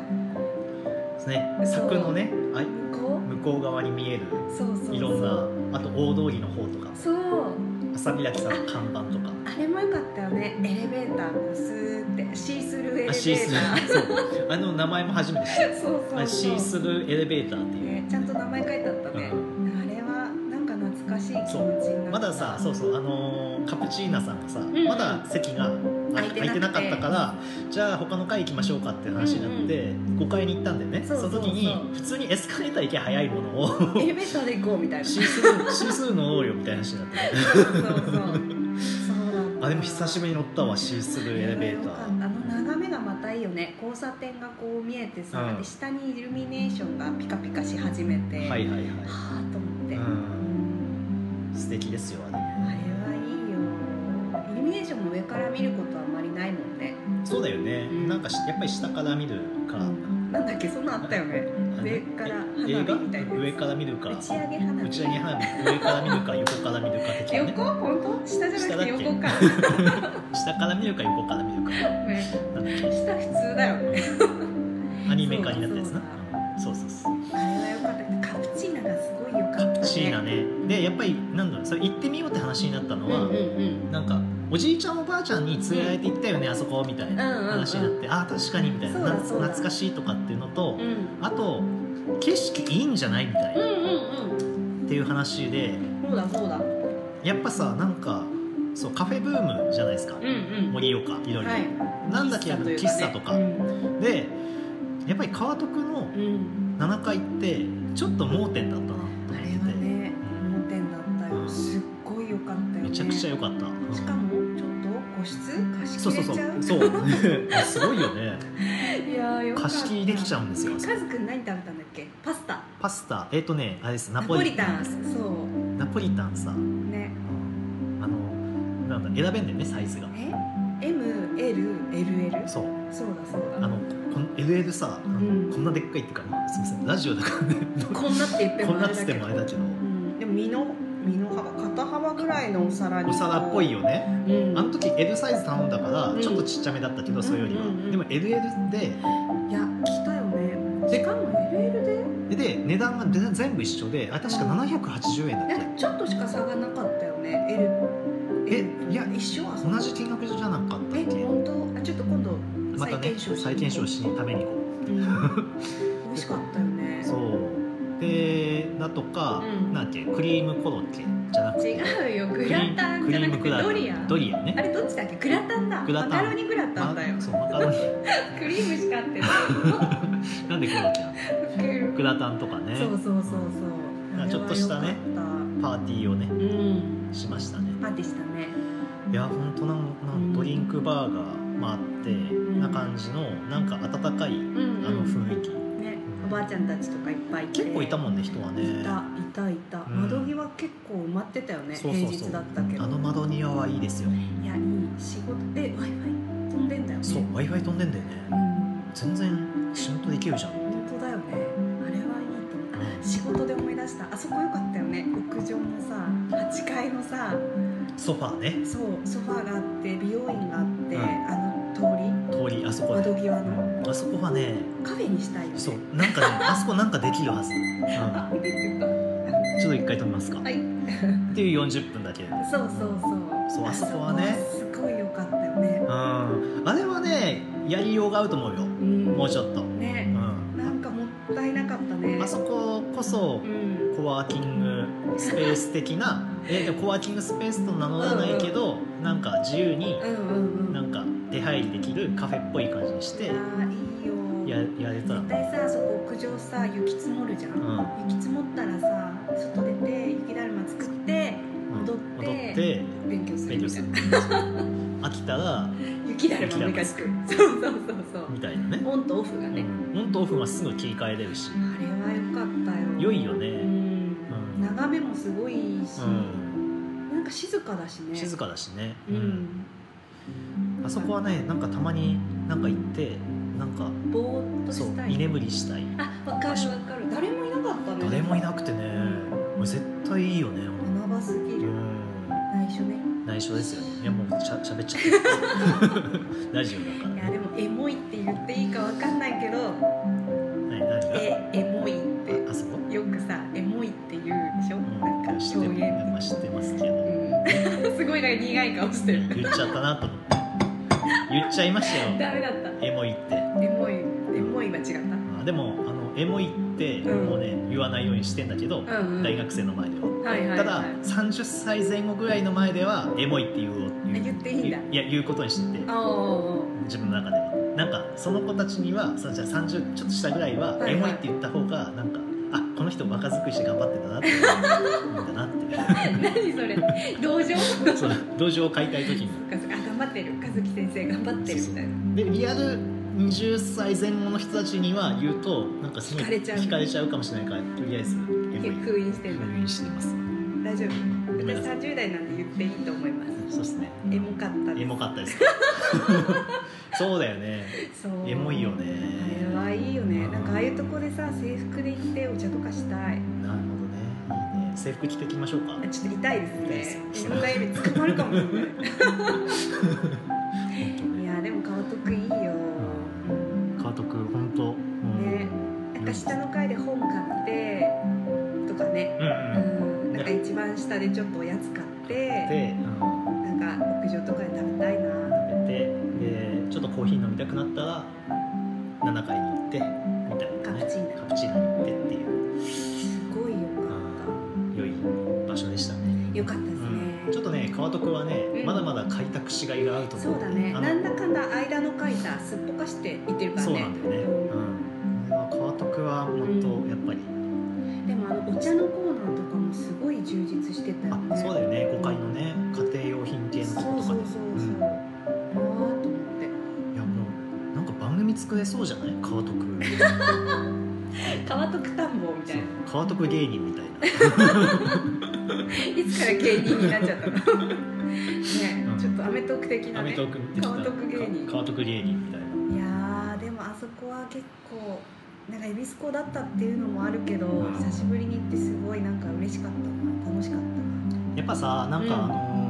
Speaker 2: ですね
Speaker 1: そう
Speaker 2: 柵のねあい
Speaker 1: 向こ
Speaker 2: 向こう側に見え
Speaker 1: う
Speaker 2: る
Speaker 1: そうそうそう
Speaker 2: いろんなあと大通りの方とか
Speaker 1: そう
Speaker 2: 朝開きさんの看板とか
Speaker 1: あれも良かったよねエレベーターがスーってシースルーエレベ
Speaker 2: あシース
Speaker 1: ー
Speaker 2: ル
Speaker 1: ター
Speaker 2: ーそうあの名前も初めて知った
Speaker 1: そうそうそ
Speaker 2: あ
Speaker 1: う
Speaker 2: シースルーエレベーターっていう
Speaker 1: ね、ちゃんと名前書いてあったね、
Speaker 2: う
Speaker 1: あれはなんか懐かしい気持ち
Speaker 2: そ
Speaker 1: になった
Speaker 2: まださそうそうあのーカプチーナさんがさ、
Speaker 1: ん
Speaker 2: まだ席があ
Speaker 1: 空いてなくて
Speaker 2: 空いてなかったからじゃあ他の階行きましょうかって話になって、5階に行ったんだよね
Speaker 1: そうそうそう
Speaker 2: の時に普通にエスカレーター行け早いものを
Speaker 1: エレベーターで行こうみ たいな
Speaker 2: シ
Speaker 1: そう
Speaker 2: ースルーシースルー乗ろうよみたいな話になってね
Speaker 1: そうそうそうだ
Speaker 2: あでも久しぶ
Speaker 1: り
Speaker 2: りに乗ったわシースルーエレベータ
Speaker 1: あ
Speaker 2: ー
Speaker 1: の眺めがまたいいよね交差点がこう見えてさ、
Speaker 2: うん
Speaker 1: で下にイルミネーションがピカピカし始めて、
Speaker 2: はいはいはい、
Speaker 1: はあと思って、
Speaker 2: うん、素敵ですよあ
Speaker 1: あれ
Speaker 2: れ
Speaker 1: はいいよイルミネーションも上から見ることはあんまりないもんね
Speaker 2: そうだよね、
Speaker 1: うん
Speaker 2: なんかしやっぱり下から見るか、
Speaker 1: なんだっけそんなんあったよね
Speaker 2: あれ
Speaker 1: 上から
Speaker 2: え
Speaker 1: 花火みたいなやつ
Speaker 2: 映画上から見るか
Speaker 1: 打ち上げ花火
Speaker 2: 打ち上げ花火上から見るか横から見るか的な、ね
Speaker 1: 横、本当下じゃなくて横か
Speaker 2: 下から見るか横から見るか
Speaker 1: ね
Speaker 2: なんだっ
Speaker 1: 下普通だよね
Speaker 2: けアニメ化になったやつなそうそうそう
Speaker 1: あれは良かったカプチーナがすごい良かったね
Speaker 2: シーナねでやっぱりなんだろうそれ行ってみようって話になったの
Speaker 1: うんう
Speaker 2: は、
Speaker 1: んうん
Speaker 2: なんかおじいちゃんおばあちゃんに連れられて行ったよね、あそこみたいな
Speaker 1: うんうんうん
Speaker 2: 話になって、ああ確かにみたいな
Speaker 1: そうだ
Speaker 2: な
Speaker 1: そうだ
Speaker 2: 懐かしいとかっていうのと
Speaker 1: うん
Speaker 2: あと景色いいんじゃないみたい
Speaker 1: う
Speaker 2: な、
Speaker 1: んうんうん
Speaker 2: っていう話で
Speaker 1: そうだそうだう
Speaker 2: やっぱさなんかそうカフェブームじゃないですか
Speaker 1: んうん
Speaker 2: 盛岡いろいろ、
Speaker 1: はい
Speaker 2: なんだけど喫茶とか
Speaker 1: う、ん
Speaker 2: でやっぱり川徳の
Speaker 1: うん
Speaker 2: 7階ってちょっと盲点だったなと思って
Speaker 1: あれはね盲点だった
Speaker 2: う
Speaker 1: よ
Speaker 2: ん
Speaker 1: すっごい良かったよね
Speaker 2: めちゃくちゃ良かった、うん
Speaker 1: しかもちょっと個室貸し
Speaker 2: そう
Speaker 1: 切
Speaker 2: そ
Speaker 1: れ
Speaker 2: うそ
Speaker 1: ちゃう
Speaker 2: うそう すごいよね
Speaker 1: いやーよかった
Speaker 2: 貸し切りできちゃうんですよ
Speaker 1: カズくん何食べたんだっけパスタ
Speaker 2: パスタえっ、とねあれですナ
Speaker 1: ナ
Speaker 2: ポ
Speaker 1: ポリ
Speaker 2: リ
Speaker 1: タ
Speaker 2: タ
Speaker 1: ン
Speaker 2: ン
Speaker 1: そう
Speaker 2: ナポリタンさ
Speaker 1: ね
Speaker 2: あのなんだ選べんだよねサイズが
Speaker 1: え MLLL
Speaker 2: そう
Speaker 1: そうだそう
Speaker 2: あ
Speaker 1: だ
Speaker 2: のこの LL さ、あの
Speaker 1: うん
Speaker 2: こんなでっかいっていうかまあすみませんラジオだからね
Speaker 1: こんなって言って
Speaker 2: こ
Speaker 1: も
Speaker 2: ん
Speaker 1: あれ
Speaker 2: なっつ
Speaker 1: だ
Speaker 2: っ
Speaker 1: け
Speaker 2: て
Speaker 1: ど
Speaker 2: もあれだけど
Speaker 1: でも身の身の幅肩幅ぐらいのお皿に
Speaker 2: お皿っぽい
Speaker 1: よ、
Speaker 2: よね
Speaker 1: うん、
Speaker 2: あの時 L サイズ頼んだか
Speaker 1: う
Speaker 2: ら
Speaker 1: ん
Speaker 2: ちょっとちっちゃめだったけど、それよりは、
Speaker 1: うんうんうん
Speaker 2: でも LL で
Speaker 1: いや来たよねしかも LL で
Speaker 2: でで値段が全全部一緒であれ確か780円だっ
Speaker 1: なんかちょっとしか差がなかったよね L
Speaker 2: え
Speaker 1: L と
Speaker 2: いや
Speaker 1: 一緒は
Speaker 2: け同じ金額じゃなかったっ
Speaker 1: え
Speaker 2: け
Speaker 1: 本当あちょっと今度
Speaker 2: またね
Speaker 1: 再検証しに行こう
Speaker 2: 再検証しに食べに行こう
Speaker 1: うん美味しかったよね
Speaker 2: そうでだとか、
Speaker 1: うん
Speaker 2: なんだっけクリームコロッケじゃなくて
Speaker 1: 違うよ
Speaker 2: ク
Speaker 1: グ
Speaker 2: リー
Speaker 1: ラ
Speaker 2: ム
Speaker 1: タン
Speaker 2: ク
Speaker 1: じ
Speaker 2: リ
Speaker 1: ゃな
Speaker 2: ー
Speaker 1: く
Speaker 2: ム
Speaker 1: て
Speaker 2: クラ
Speaker 1: ドリアン
Speaker 2: ドリアン
Speaker 1: あ
Speaker 2: ね
Speaker 1: れどっちだっけグラタンだ
Speaker 2: グラタン
Speaker 1: マカロニグラタンだよ
Speaker 2: あそうマカ ロニ
Speaker 1: クリームしか合ってない
Speaker 2: なんでコロッケなのグラタンとかね
Speaker 1: そうそうそう
Speaker 2: う
Speaker 1: そうん
Speaker 2: ちょっとしたね
Speaker 1: あれは良かっ
Speaker 2: パーティーをね
Speaker 1: たうん
Speaker 2: しましたね
Speaker 1: パーティーしたね
Speaker 2: いや本当なんかなんかドリンクバーが、まあ、あってな感じのなんか温かい
Speaker 1: うん
Speaker 2: あ
Speaker 1: うん
Speaker 2: の雰囲気、
Speaker 1: ねおばあちゃんたちとかいっぱいいて
Speaker 2: 結構いたもんね人はいね
Speaker 1: たいたいた、
Speaker 2: うん
Speaker 1: 窓際結構埋まってたよね
Speaker 2: そうそうそう
Speaker 1: 平日だったけど
Speaker 2: あの窓庭はいいですよ
Speaker 1: いやいい仕事で w i f i 飛んでんだよね
Speaker 2: そう w i f i 飛んでんだよ
Speaker 1: う
Speaker 2: ね
Speaker 1: ん
Speaker 2: 全然仕事できるじゃん
Speaker 1: 本当だよねあれは仕事で思い出したあそこ良かったよね屋上のさ8階のさ
Speaker 2: ソファーね
Speaker 1: そうソファーがあって美容院があって、
Speaker 2: うん
Speaker 1: あの通り
Speaker 2: 通りあそこ
Speaker 1: 窓
Speaker 2: で
Speaker 1: 際の
Speaker 2: あそこはね
Speaker 1: カフェにしたいよね
Speaker 2: そうなんかねあそこなんかできるはず、うん、
Speaker 1: あ出てたは
Speaker 2: ちょっと一回止めますか、
Speaker 1: い
Speaker 2: っていう40分だけ
Speaker 1: そうそうそう
Speaker 2: そうあそこはね
Speaker 1: そこはすごい良かったよね
Speaker 2: うんあれはねやりようがあると思うよ
Speaker 1: うん
Speaker 2: もうちょっと、う
Speaker 1: ね
Speaker 2: ん、
Speaker 1: なんかもったいなかったね
Speaker 2: あそここそ
Speaker 1: うん
Speaker 2: コワーキングスペース的なえでもコワーキングスペースと名乗らないけどなんか自由に
Speaker 1: うんうんうん
Speaker 2: なんか手配りできるカフェっぽい感じにして
Speaker 1: いやーいいよ
Speaker 2: ややれたら
Speaker 1: 絶対さそこ屋上さ雪積もるじゃん、
Speaker 2: うん
Speaker 1: 雪積もったらさ外出て雪だるま作って
Speaker 2: うん
Speaker 1: 踊って
Speaker 2: 踊って
Speaker 1: 勉強する
Speaker 2: 勉強
Speaker 1: み
Speaker 2: す
Speaker 1: たい
Speaker 2: る
Speaker 1: な
Speaker 2: 飽きたら
Speaker 1: 雪だるまの昔そうそうそうそう
Speaker 2: みたいなね
Speaker 1: オンとオフがね、
Speaker 2: うんオンとオフはすぐ切り替えれるし
Speaker 1: あれは良かったよ
Speaker 2: 良いよね
Speaker 1: うん
Speaker 2: うん、
Speaker 1: 眺めもすごいいいし、
Speaker 2: うん、
Speaker 1: なんか静かだしね
Speaker 2: 静かだしね、
Speaker 1: う
Speaker 2: うん
Speaker 1: ん
Speaker 2: あそこはねなんかたまになんか行ってなんか
Speaker 1: ぼーっと
Speaker 2: そう
Speaker 1: したい
Speaker 2: 居眠りしたい
Speaker 1: あわかるわかる誰もいなかったね
Speaker 2: 誰もいなくてねもう絶対いいよね
Speaker 1: 穴場すぎ
Speaker 2: う
Speaker 1: る
Speaker 2: ん
Speaker 1: 内緒ね
Speaker 2: 内緒ですよねいやもうしゃ喋っちゃ ってるラジオだから
Speaker 1: いや
Speaker 2: ね
Speaker 1: でもエモいって言っていいかわかんないけど
Speaker 2: 何何が
Speaker 1: えエモいって
Speaker 2: あそこ
Speaker 1: よくさエモいって言うでしょ、
Speaker 2: うん
Speaker 1: なんか
Speaker 2: 知
Speaker 1: 表
Speaker 2: って
Speaker 1: 現
Speaker 2: るまあ知ってますけど
Speaker 1: うん すごいなんか苦い顔してる
Speaker 2: 言っちゃったなと思って言っちゃい ましたよ
Speaker 1: ダメだった
Speaker 2: エモいって
Speaker 1: エモいエモいは違った
Speaker 2: あでもあのエモいって
Speaker 1: うん
Speaker 2: もうね言わないようにしてんだけど
Speaker 1: うんうん
Speaker 2: 大学生の前では
Speaker 1: はいはい、はい、
Speaker 2: ただ30歳前後ぐらいの前ではエモいって言う
Speaker 1: あ言っていいんだ
Speaker 2: いや言うことにしてて
Speaker 1: あおー
Speaker 2: 自分の中ではなんかその子たちにはそのじゃあ30ちょっとしたぐらいは
Speaker 1: はいはい
Speaker 2: エモいって言った方がなんかあこの人若作りして頑張ってたなって 思うんだなっ
Speaker 1: 何それ同情そ
Speaker 2: てそう同情を買いたい時に
Speaker 1: っかそっかあ頑張ってる和樹先生頑張ってるみたいな
Speaker 2: でリアル20歳前後の人たちには言うとなんかすごい
Speaker 1: 惹かれちゃう
Speaker 2: 惹かれちゃうかもしれないからとりあえずエモい
Speaker 1: 封印してる
Speaker 2: 封印してます
Speaker 1: 大丈夫
Speaker 2: ごめんな
Speaker 1: 私
Speaker 2: さい
Speaker 1: 30代なんで言っていいと思います
Speaker 2: そうですね
Speaker 1: エモかったで
Speaker 2: エ
Speaker 1: す
Speaker 2: モか ったですそうだよね
Speaker 1: そう
Speaker 2: エモいよね
Speaker 1: あれはいいよねなんかああいうとこでさ制服で行ってお茶とかしたい
Speaker 2: なるほどねいいね制服着てきましょうか
Speaker 1: あちょっと痛いです
Speaker 2: 痛いですよ
Speaker 1: ね自分が指捕まる かもしれないいやでも川徳いいよ、
Speaker 2: 川徳本当、うん
Speaker 1: ねなんか下の階で本買ってとかね、
Speaker 2: うん
Speaker 1: う
Speaker 2: うん
Speaker 1: ん、なんか一番下でちょっとおやつ買って
Speaker 2: で、うん、
Speaker 1: なんか屋上とかで食べたいな
Speaker 2: 食べてでちょっとコーヒー飲みたくなったら7階に行ってみたいな、
Speaker 1: カ
Speaker 2: ね、
Speaker 1: プチーノ
Speaker 2: カプチーノに行ってっていう、
Speaker 1: すごいよ
Speaker 2: う
Speaker 1: かっ
Speaker 2: ん、良い場所でしたね、
Speaker 1: たよかったですね、
Speaker 2: うん、ちょっとね川徳はね、
Speaker 1: うん
Speaker 2: まだまだ開拓しがいがあると思
Speaker 1: そ
Speaker 2: う
Speaker 1: うだね
Speaker 2: あの
Speaker 1: なんだかんだ間の階さすっぽかしていってるから
Speaker 2: そう
Speaker 1: ね
Speaker 2: なんだよね、うん、これは川徳は本当やっぱり、
Speaker 1: でもあのお茶のコーナーとかもすごい充実してたよね
Speaker 2: あそうだよね5階のね家庭用品系のとことかね
Speaker 1: そうそうそうそう
Speaker 2: うん
Speaker 1: わーっと思って
Speaker 2: いやもうなんか番組作れそうじゃない川徳
Speaker 1: 川徳田んぼみたいな
Speaker 2: 川徳芸人みたい
Speaker 1: いつから芸人になっちゃったのね
Speaker 2: うん
Speaker 1: ちょっとアメトーク的
Speaker 2: な
Speaker 1: な
Speaker 2: ア
Speaker 1: ね
Speaker 2: メ
Speaker 1: い
Speaker 2: トーク的な
Speaker 1: 川徳芸人
Speaker 2: か川徳芸人みたいな
Speaker 1: やーでもあそこは結構なんか恵比寿港だったっていうのもあるけど
Speaker 2: うん
Speaker 1: 久しぶりに行ってすごいなんか嬉しかったな楽しかったな
Speaker 2: やっぱさなんか、
Speaker 1: うん
Speaker 2: あのー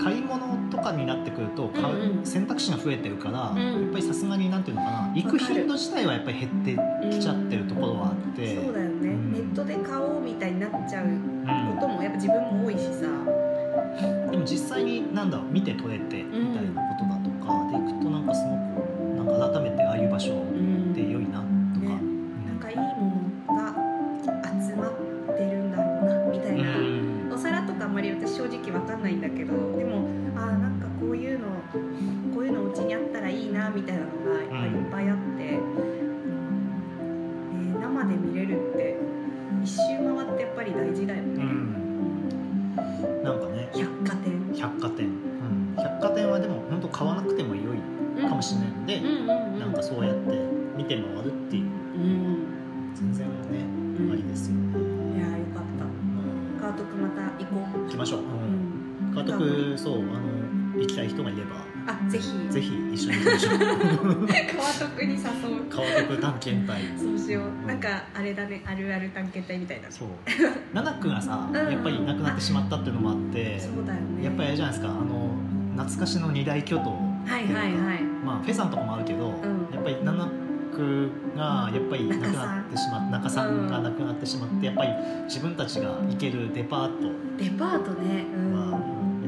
Speaker 2: 買い物とかになってくると買
Speaker 1: うんう
Speaker 2: うん選択肢が増えてるから、
Speaker 1: うん
Speaker 2: やっぱりさすがになんていうのかな行く頻度自体はやっぱり減ってきちゃってるところはあって、
Speaker 1: そうだよね、
Speaker 2: うん
Speaker 1: ネットで買おうみたいになっちゃう
Speaker 2: うん
Speaker 1: こともやっぱ自分も多いしさ
Speaker 2: でも実際になんだろう見て取れてみたいなことだとかでいくとなんかすごくなんか改めてああいう場所
Speaker 1: うん
Speaker 2: って良いなと
Speaker 1: ね
Speaker 2: か、
Speaker 1: なんかいいものが集まってるんだろうなみた
Speaker 2: う
Speaker 1: いな、
Speaker 2: ん
Speaker 1: お皿とかあんまり私正直わかんないんだけどでもあーなんかこういうのこういうのお家にあったらいいなみたいなのがやっぱりいっぱいあって、うんね生で見れるって一周回ってやっぱり大事だよ
Speaker 2: う
Speaker 1: ね、
Speaker 2: んなんかね
Speaker 1: 百貨店
Speaker 2: 百貨店、うん百貨店はでも本当買わなくても良いかもしれないんで、
Speaker 1: うんうんうん
Speaker 2: なんかそうやって見て回るっていう
Speaker 1: うん
Speaker 2: 全然ね
Speaker 1: うん
Speaker 2: ありですよ
Speaker 1: い
Speaker 2: ね、
Speaker 1: やーよかっ
Speaker 2: うん
Speaker 1: た川徳また行こう、
Speaker 2: 行きましょう、う、
Speaker 1: うんん、
Speaker 2: 監督そうあの行きたい人がいれば
Speaker 1: あぜひ
Speaker 2: ぜひ一緒に行きましょう
Speaker 1: 川徳に誘う
Speaker 2: 川徳探検隊
Speaker 1: そうしようなんかあれだねあるある探検隊みたいなそ
Speaker 2: そう奈々くんがさ、
Speaker 1: うん
Speaker 2: やっぱり亡くなってしまったっていうのもあって
Speaker 1: うだよね
Speaker 2: やっぱりあれじゃないですかあの懐かしの二大巨頭
Speaker 1: はいはいはい
Speaker 2: まあフェさんとかもあるけど、
Speaker 1: ん
Speaker 2: やっぱり奈々くんがやっぱり亡くなってしまって中さんが亡くなってしまって、やっぱり自分たちが行けるデパート
Speaker 1: デパートねうん、
Speaker 2: は、や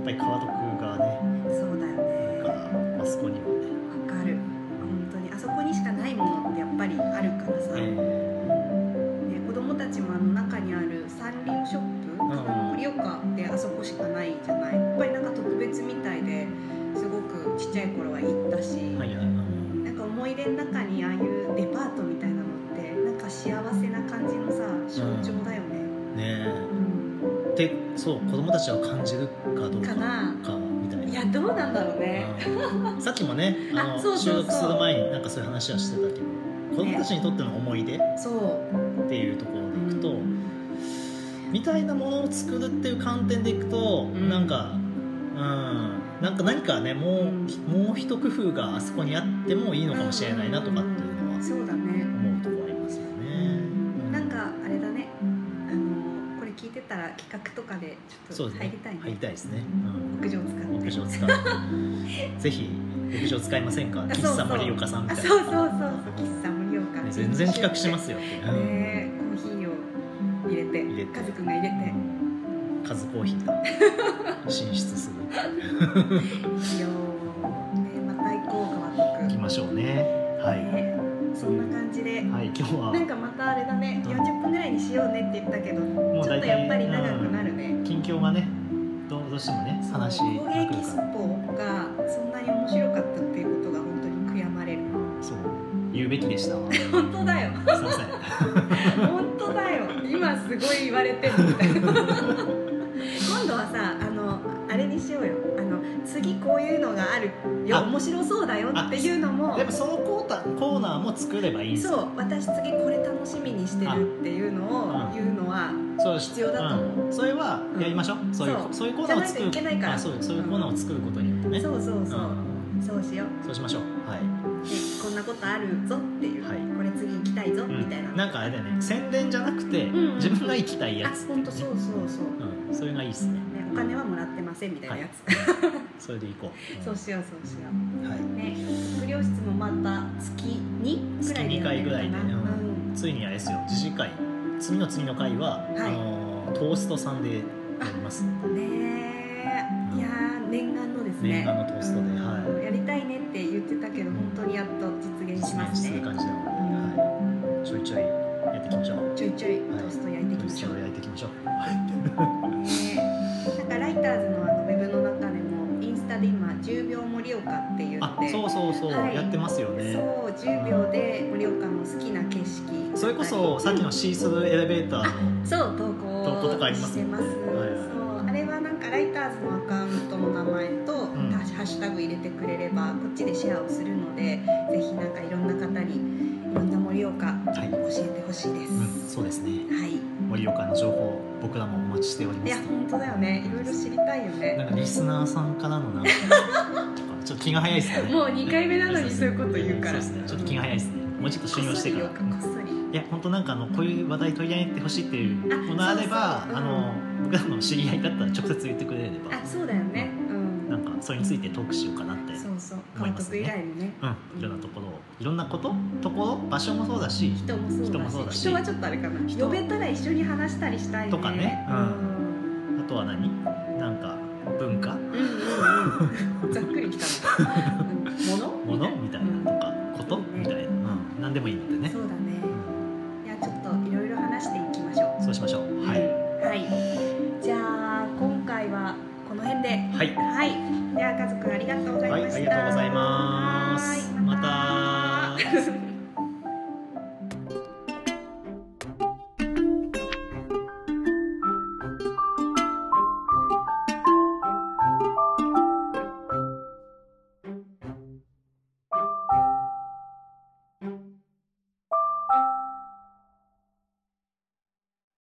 Speaker 2: っぱり川徳がね
Speaker 1: そうだよね
Speaker 2: だからあそこにはね、
Speaker 1: わかる本当にあそこにしかないものってやっぱりあるからさ、
Speaker 2: え
Speaker 1: ね、子供たちもあの中にあるサンリオショップ、
Speaker 2: ん
Speaker 1: 多分盛岡ってあそこしかないじゃないやっぱりなんか特別みたいですごくちっちゃい頃は行ったし、
Speaker 2: ーはいはいは
Speaker 1: うんなんか思い出の中にああいうデパートみたいなのってなんか幸せな感じのさ象徴だよね、
Speaker 2: いね
Speaker 1: うん
Speaker 2: えでそう子供たちは感じるかどうか
Speaker 1: かな
Speaker 2: かみたい
Speaker 1: い
Speaker 2: な
Speaker 1: やどうなんだろうね、
Speaker 2: うんさっきもねあの
Speaker 1: あそうそうそう
Speaker 2: 収録する前になんかそういう話はしてたけど子供たちにとっての思い出っ
Speaker 1: そう
Speaker 2: ていうところでいくと、みたいなものを作るっていう観点でいくと、
Speaker 1: ん
Speaker 2: なんかうんなんか何かねもう,、もう一工夫があそこにあってもいいのかもしれないなとかっていうのは
Speaker 1: そうだね
Speaker 2: 思うところありますよね。
Speaker 1: なんかあれだねあのこれ聞いてたら企画とかでち
Speaker 2: そ
Speaker 1: ょ
Speaker 2: う
Speaker 1: っ
Speaker 2: で
Speaker 1: と
Speaker 2: す
Speaker 1: 入
Speaker 2: ね
Speaker 1: りたいね
Speaker 2: 入りたいですね。うん
Speaker 1: 屋上使って
Speaker 2: 屋上使 うぜひ屋上使いませんか
Speaker 1: あそう
Speaker 2: 喫
Speaker 1: そう
Speaker 2: 茶森岡さんみ
Speaker 1: あ
Speaker 2: た
Speaker 1: そ
Speaker 2: い
Speaker 1: そ
Speaker 2: うな
Speaker 1: うそうそう喫茶盛岡
Speaker 2: ね全然企画してますよ、うん
Speaker 1: ねえコーヒーを入れて
Speaker 2: 入れて
Speaker 1: カズくんが入れて
Speaker 2: カズコーヒーが進出する
Speaker 1: いいよーねまた行こう川
Speaker 2: 行き
Speaker 1: 徳
Speaker 2: ましょうねは
Speaker 1: ねそんな感じで
Speaker 2: い、はい、今日は
Speaker 1: なんかまたあれだね
Speaker 2: うん
Speaker 1: 40分ぐらいにしようねって言ったけど
Speaker 2: もう
Speaker 1: ちょっ
Speaker 2: 大
Speaker 1: とや
Speaker 2: 体
Speaker 1: っぱり長くなるね
Speaker 2: うん近況がねどうどうしてもね話
Speaker 1: 工芸
Speaker 2: が
Speaker 1: エ
Speaker 2: 来
Speaker 1: キ
Speaker 2: る
Speaker 1: ス
Speaker 2: か
Speaker 1: ポ
Speaker 2: ら
Speaker 1: がそんなに面白かったっていうことが本当に悔やまれる
Speaker 2: そう言うべきでしたわすい
Speaker 1: 本当だよ
Speaker 2: ま せん
Speaker 1: 本当だよ今すごい言われてるみたいな今度はさあのあれにしようよあの次こういうのがあるよ
Speaker 2: あ
Speaker 1: 面白そうだよっていうのも
Speaker 2: でもそのコータコーナーも作ればいい
Speaker 1: そう私次これ楽しみにしてるっていうの
Speaker 2: あ
Speaker 1: を言うのは
Speaker 2: そう
Speaker 1: 必要だと思う、
Speaker 2: んそれはやりましょう、そういう
Speaker 1: そう
Speaker 2: そういうコーナーを作る
Speaker 1: じゃないといけないから
Speaker 2: あそうそういうコーナーを作ることによってね、
Speaker 1: そうそうそう、
Speaker 2: ん
Speaker 1: そうしよう
Speaker 2: そうしましょうはい
Speaker 1: でこんなことあるぞっていう、
Speaker 2: はい
Speaker 1: これ次行きたいぞみたいな、
Speaker 2: うん、なんかあれだよね宣伝じゃなくて、
Speaker 1: んうん
Speaker 2: 自分が行きたいや
Speaker 1: あ
Speaker 2: つ
Speaker 1: 本当そうそうそう、
Speaker 2: うん、それがいいっすね
Speaker 1: ね、お金はもらってませんみたいなやつ、
Speaker 2: それで行こう、うん
Speaker 1: そうしようそうしよう
Speaker 2: はい、
Speaker 1: ね、副料室もまた月2ぐらいでやってるか
Speaker 2: 月二回ぐらいで
Speaker 1: な、
Speaker 2: ね
Speaker 1: うん、
Speaker 2: ついにあれですよ次次回次の次の回は、
Speaker 1: い
Speaker 2: あのートーストさんでやります
Speaker 1: ねえいやー念願のですね
Speaker 2: 念願のトーストではい
Speaker 1: うんやりたいねって言ってたけど本当にやっと実現し
Speaker 2: 実
Speaker 1: ま
Speaker 2: 現
Speaker 1: す
Speaker 2: する
Speaker 1: ね
Speaker 2: 感じなので、はい、ちょいちょいやっていきましょう
Speaker 1: ちょいちょいト
Speaker 2: はい
Speaker 1: ースト焼いてき
Speaker 2: トー
Speaker 1: ま
Speaker 2: ス
Speaker 1: し
Speaker 2: ト
Speaker 1: ょ
Speaker 2: を
Speaker 1: う、
Speaker 2: 焼いていきましょうはい
Speaker 1: ね、なんかライターズのあのウェブの中でもインスタで今10秒盛岡って言っ
Speaker 2: あ
Speaker 1: て
Speaker 2: そうそうそう、
Speaker 1: はい
Speaker 2: やってますよね
Speaker 1: そう10秒で盛岡の好きな景色
Speaker 2: それこそさっきのシースルーエレベーターの
Speaker 1: そう投
Speaker 2: 投稿とか
Speaker 1: 稿
Speaker 2: あります
Speaker 1: してます。
Speaker 2: はいはい
Speaker 1: そうあれはなんかライターズのアカウントの名前と、
Speaker 2: ん
Speaker 1: ハッシュタグ入れてくれればこっちでシェアをするのでぜひなんかいろんな方にいろんな盛岡
Speaker 2: はい、
Speaker 1: 教えてほしいです。
Speaker 2: うん、そうですね
Speaker 1: はい。い
Speaker 2: 盛岡の情報僕らもお待ちしております
Speaker 1: や本当だよね。いろいろ知りたいよ
Speaker 2: なん
Speaker 1: ね。
Speaker 2: かリスナーさんからのなんか とかちょっと気が早いですね
Speaker 1: もう二回目なのにそういうこと言うから
Speaker 2: そうですねちょっと気が早いですねもうちょっと信用してから
Speaker 1: こっそりよこっそり。
Speaker 2: いや本当なんかあのこういう話題取り上げてほしいっていう
Speaker 1: あ
Speaker 2: ものあれば
Speaker 1: そうそううん
Speaker 2: あの僕らの知り合いだったら直接言ってくれれば
Speaker 1: あそうだよね。うん。
Speaker 2: なんかそれについてトークしようかなって
Speaker 1: そうそう。
Speaker 2: 思い
Speaker 1: 監
Speaker 2: ます
Speaker 1: 督
Speaker 2: ね
Speaker 1: 以外もね。
Speaker 2: うんいろんなところをいろんなことところ場所もそうだし
Speaker 1: 人もそうだし
Speaker 2: 人もそうだし
Speaker 1: 人はちょっとあれかな
Speaker 2: 人
Speaker 1: 呼べたら一緒に話したりしたいね
Speaker 2: とかねう
Speaker 1: うんん
Speaker 2: あとは何なんか文化
Speaker 1: うんうんうんざっくりきたの。もの
Speaker 2: ものみたいなとかことみたいな、うん、何でもいいのでね
Speaker 1: そうだね
Speaker 2: う。ん
Speaker 1: いやちょっといろいろ話していきましょう。
Speaker 2: そうしましょうはい
Speaker 1: はい。じゃあ今回はこの辺で。
Speaker 2: はい
Speaker 1: はい。では家族ありがとうございました。
Speaker 2: はいありがとうございます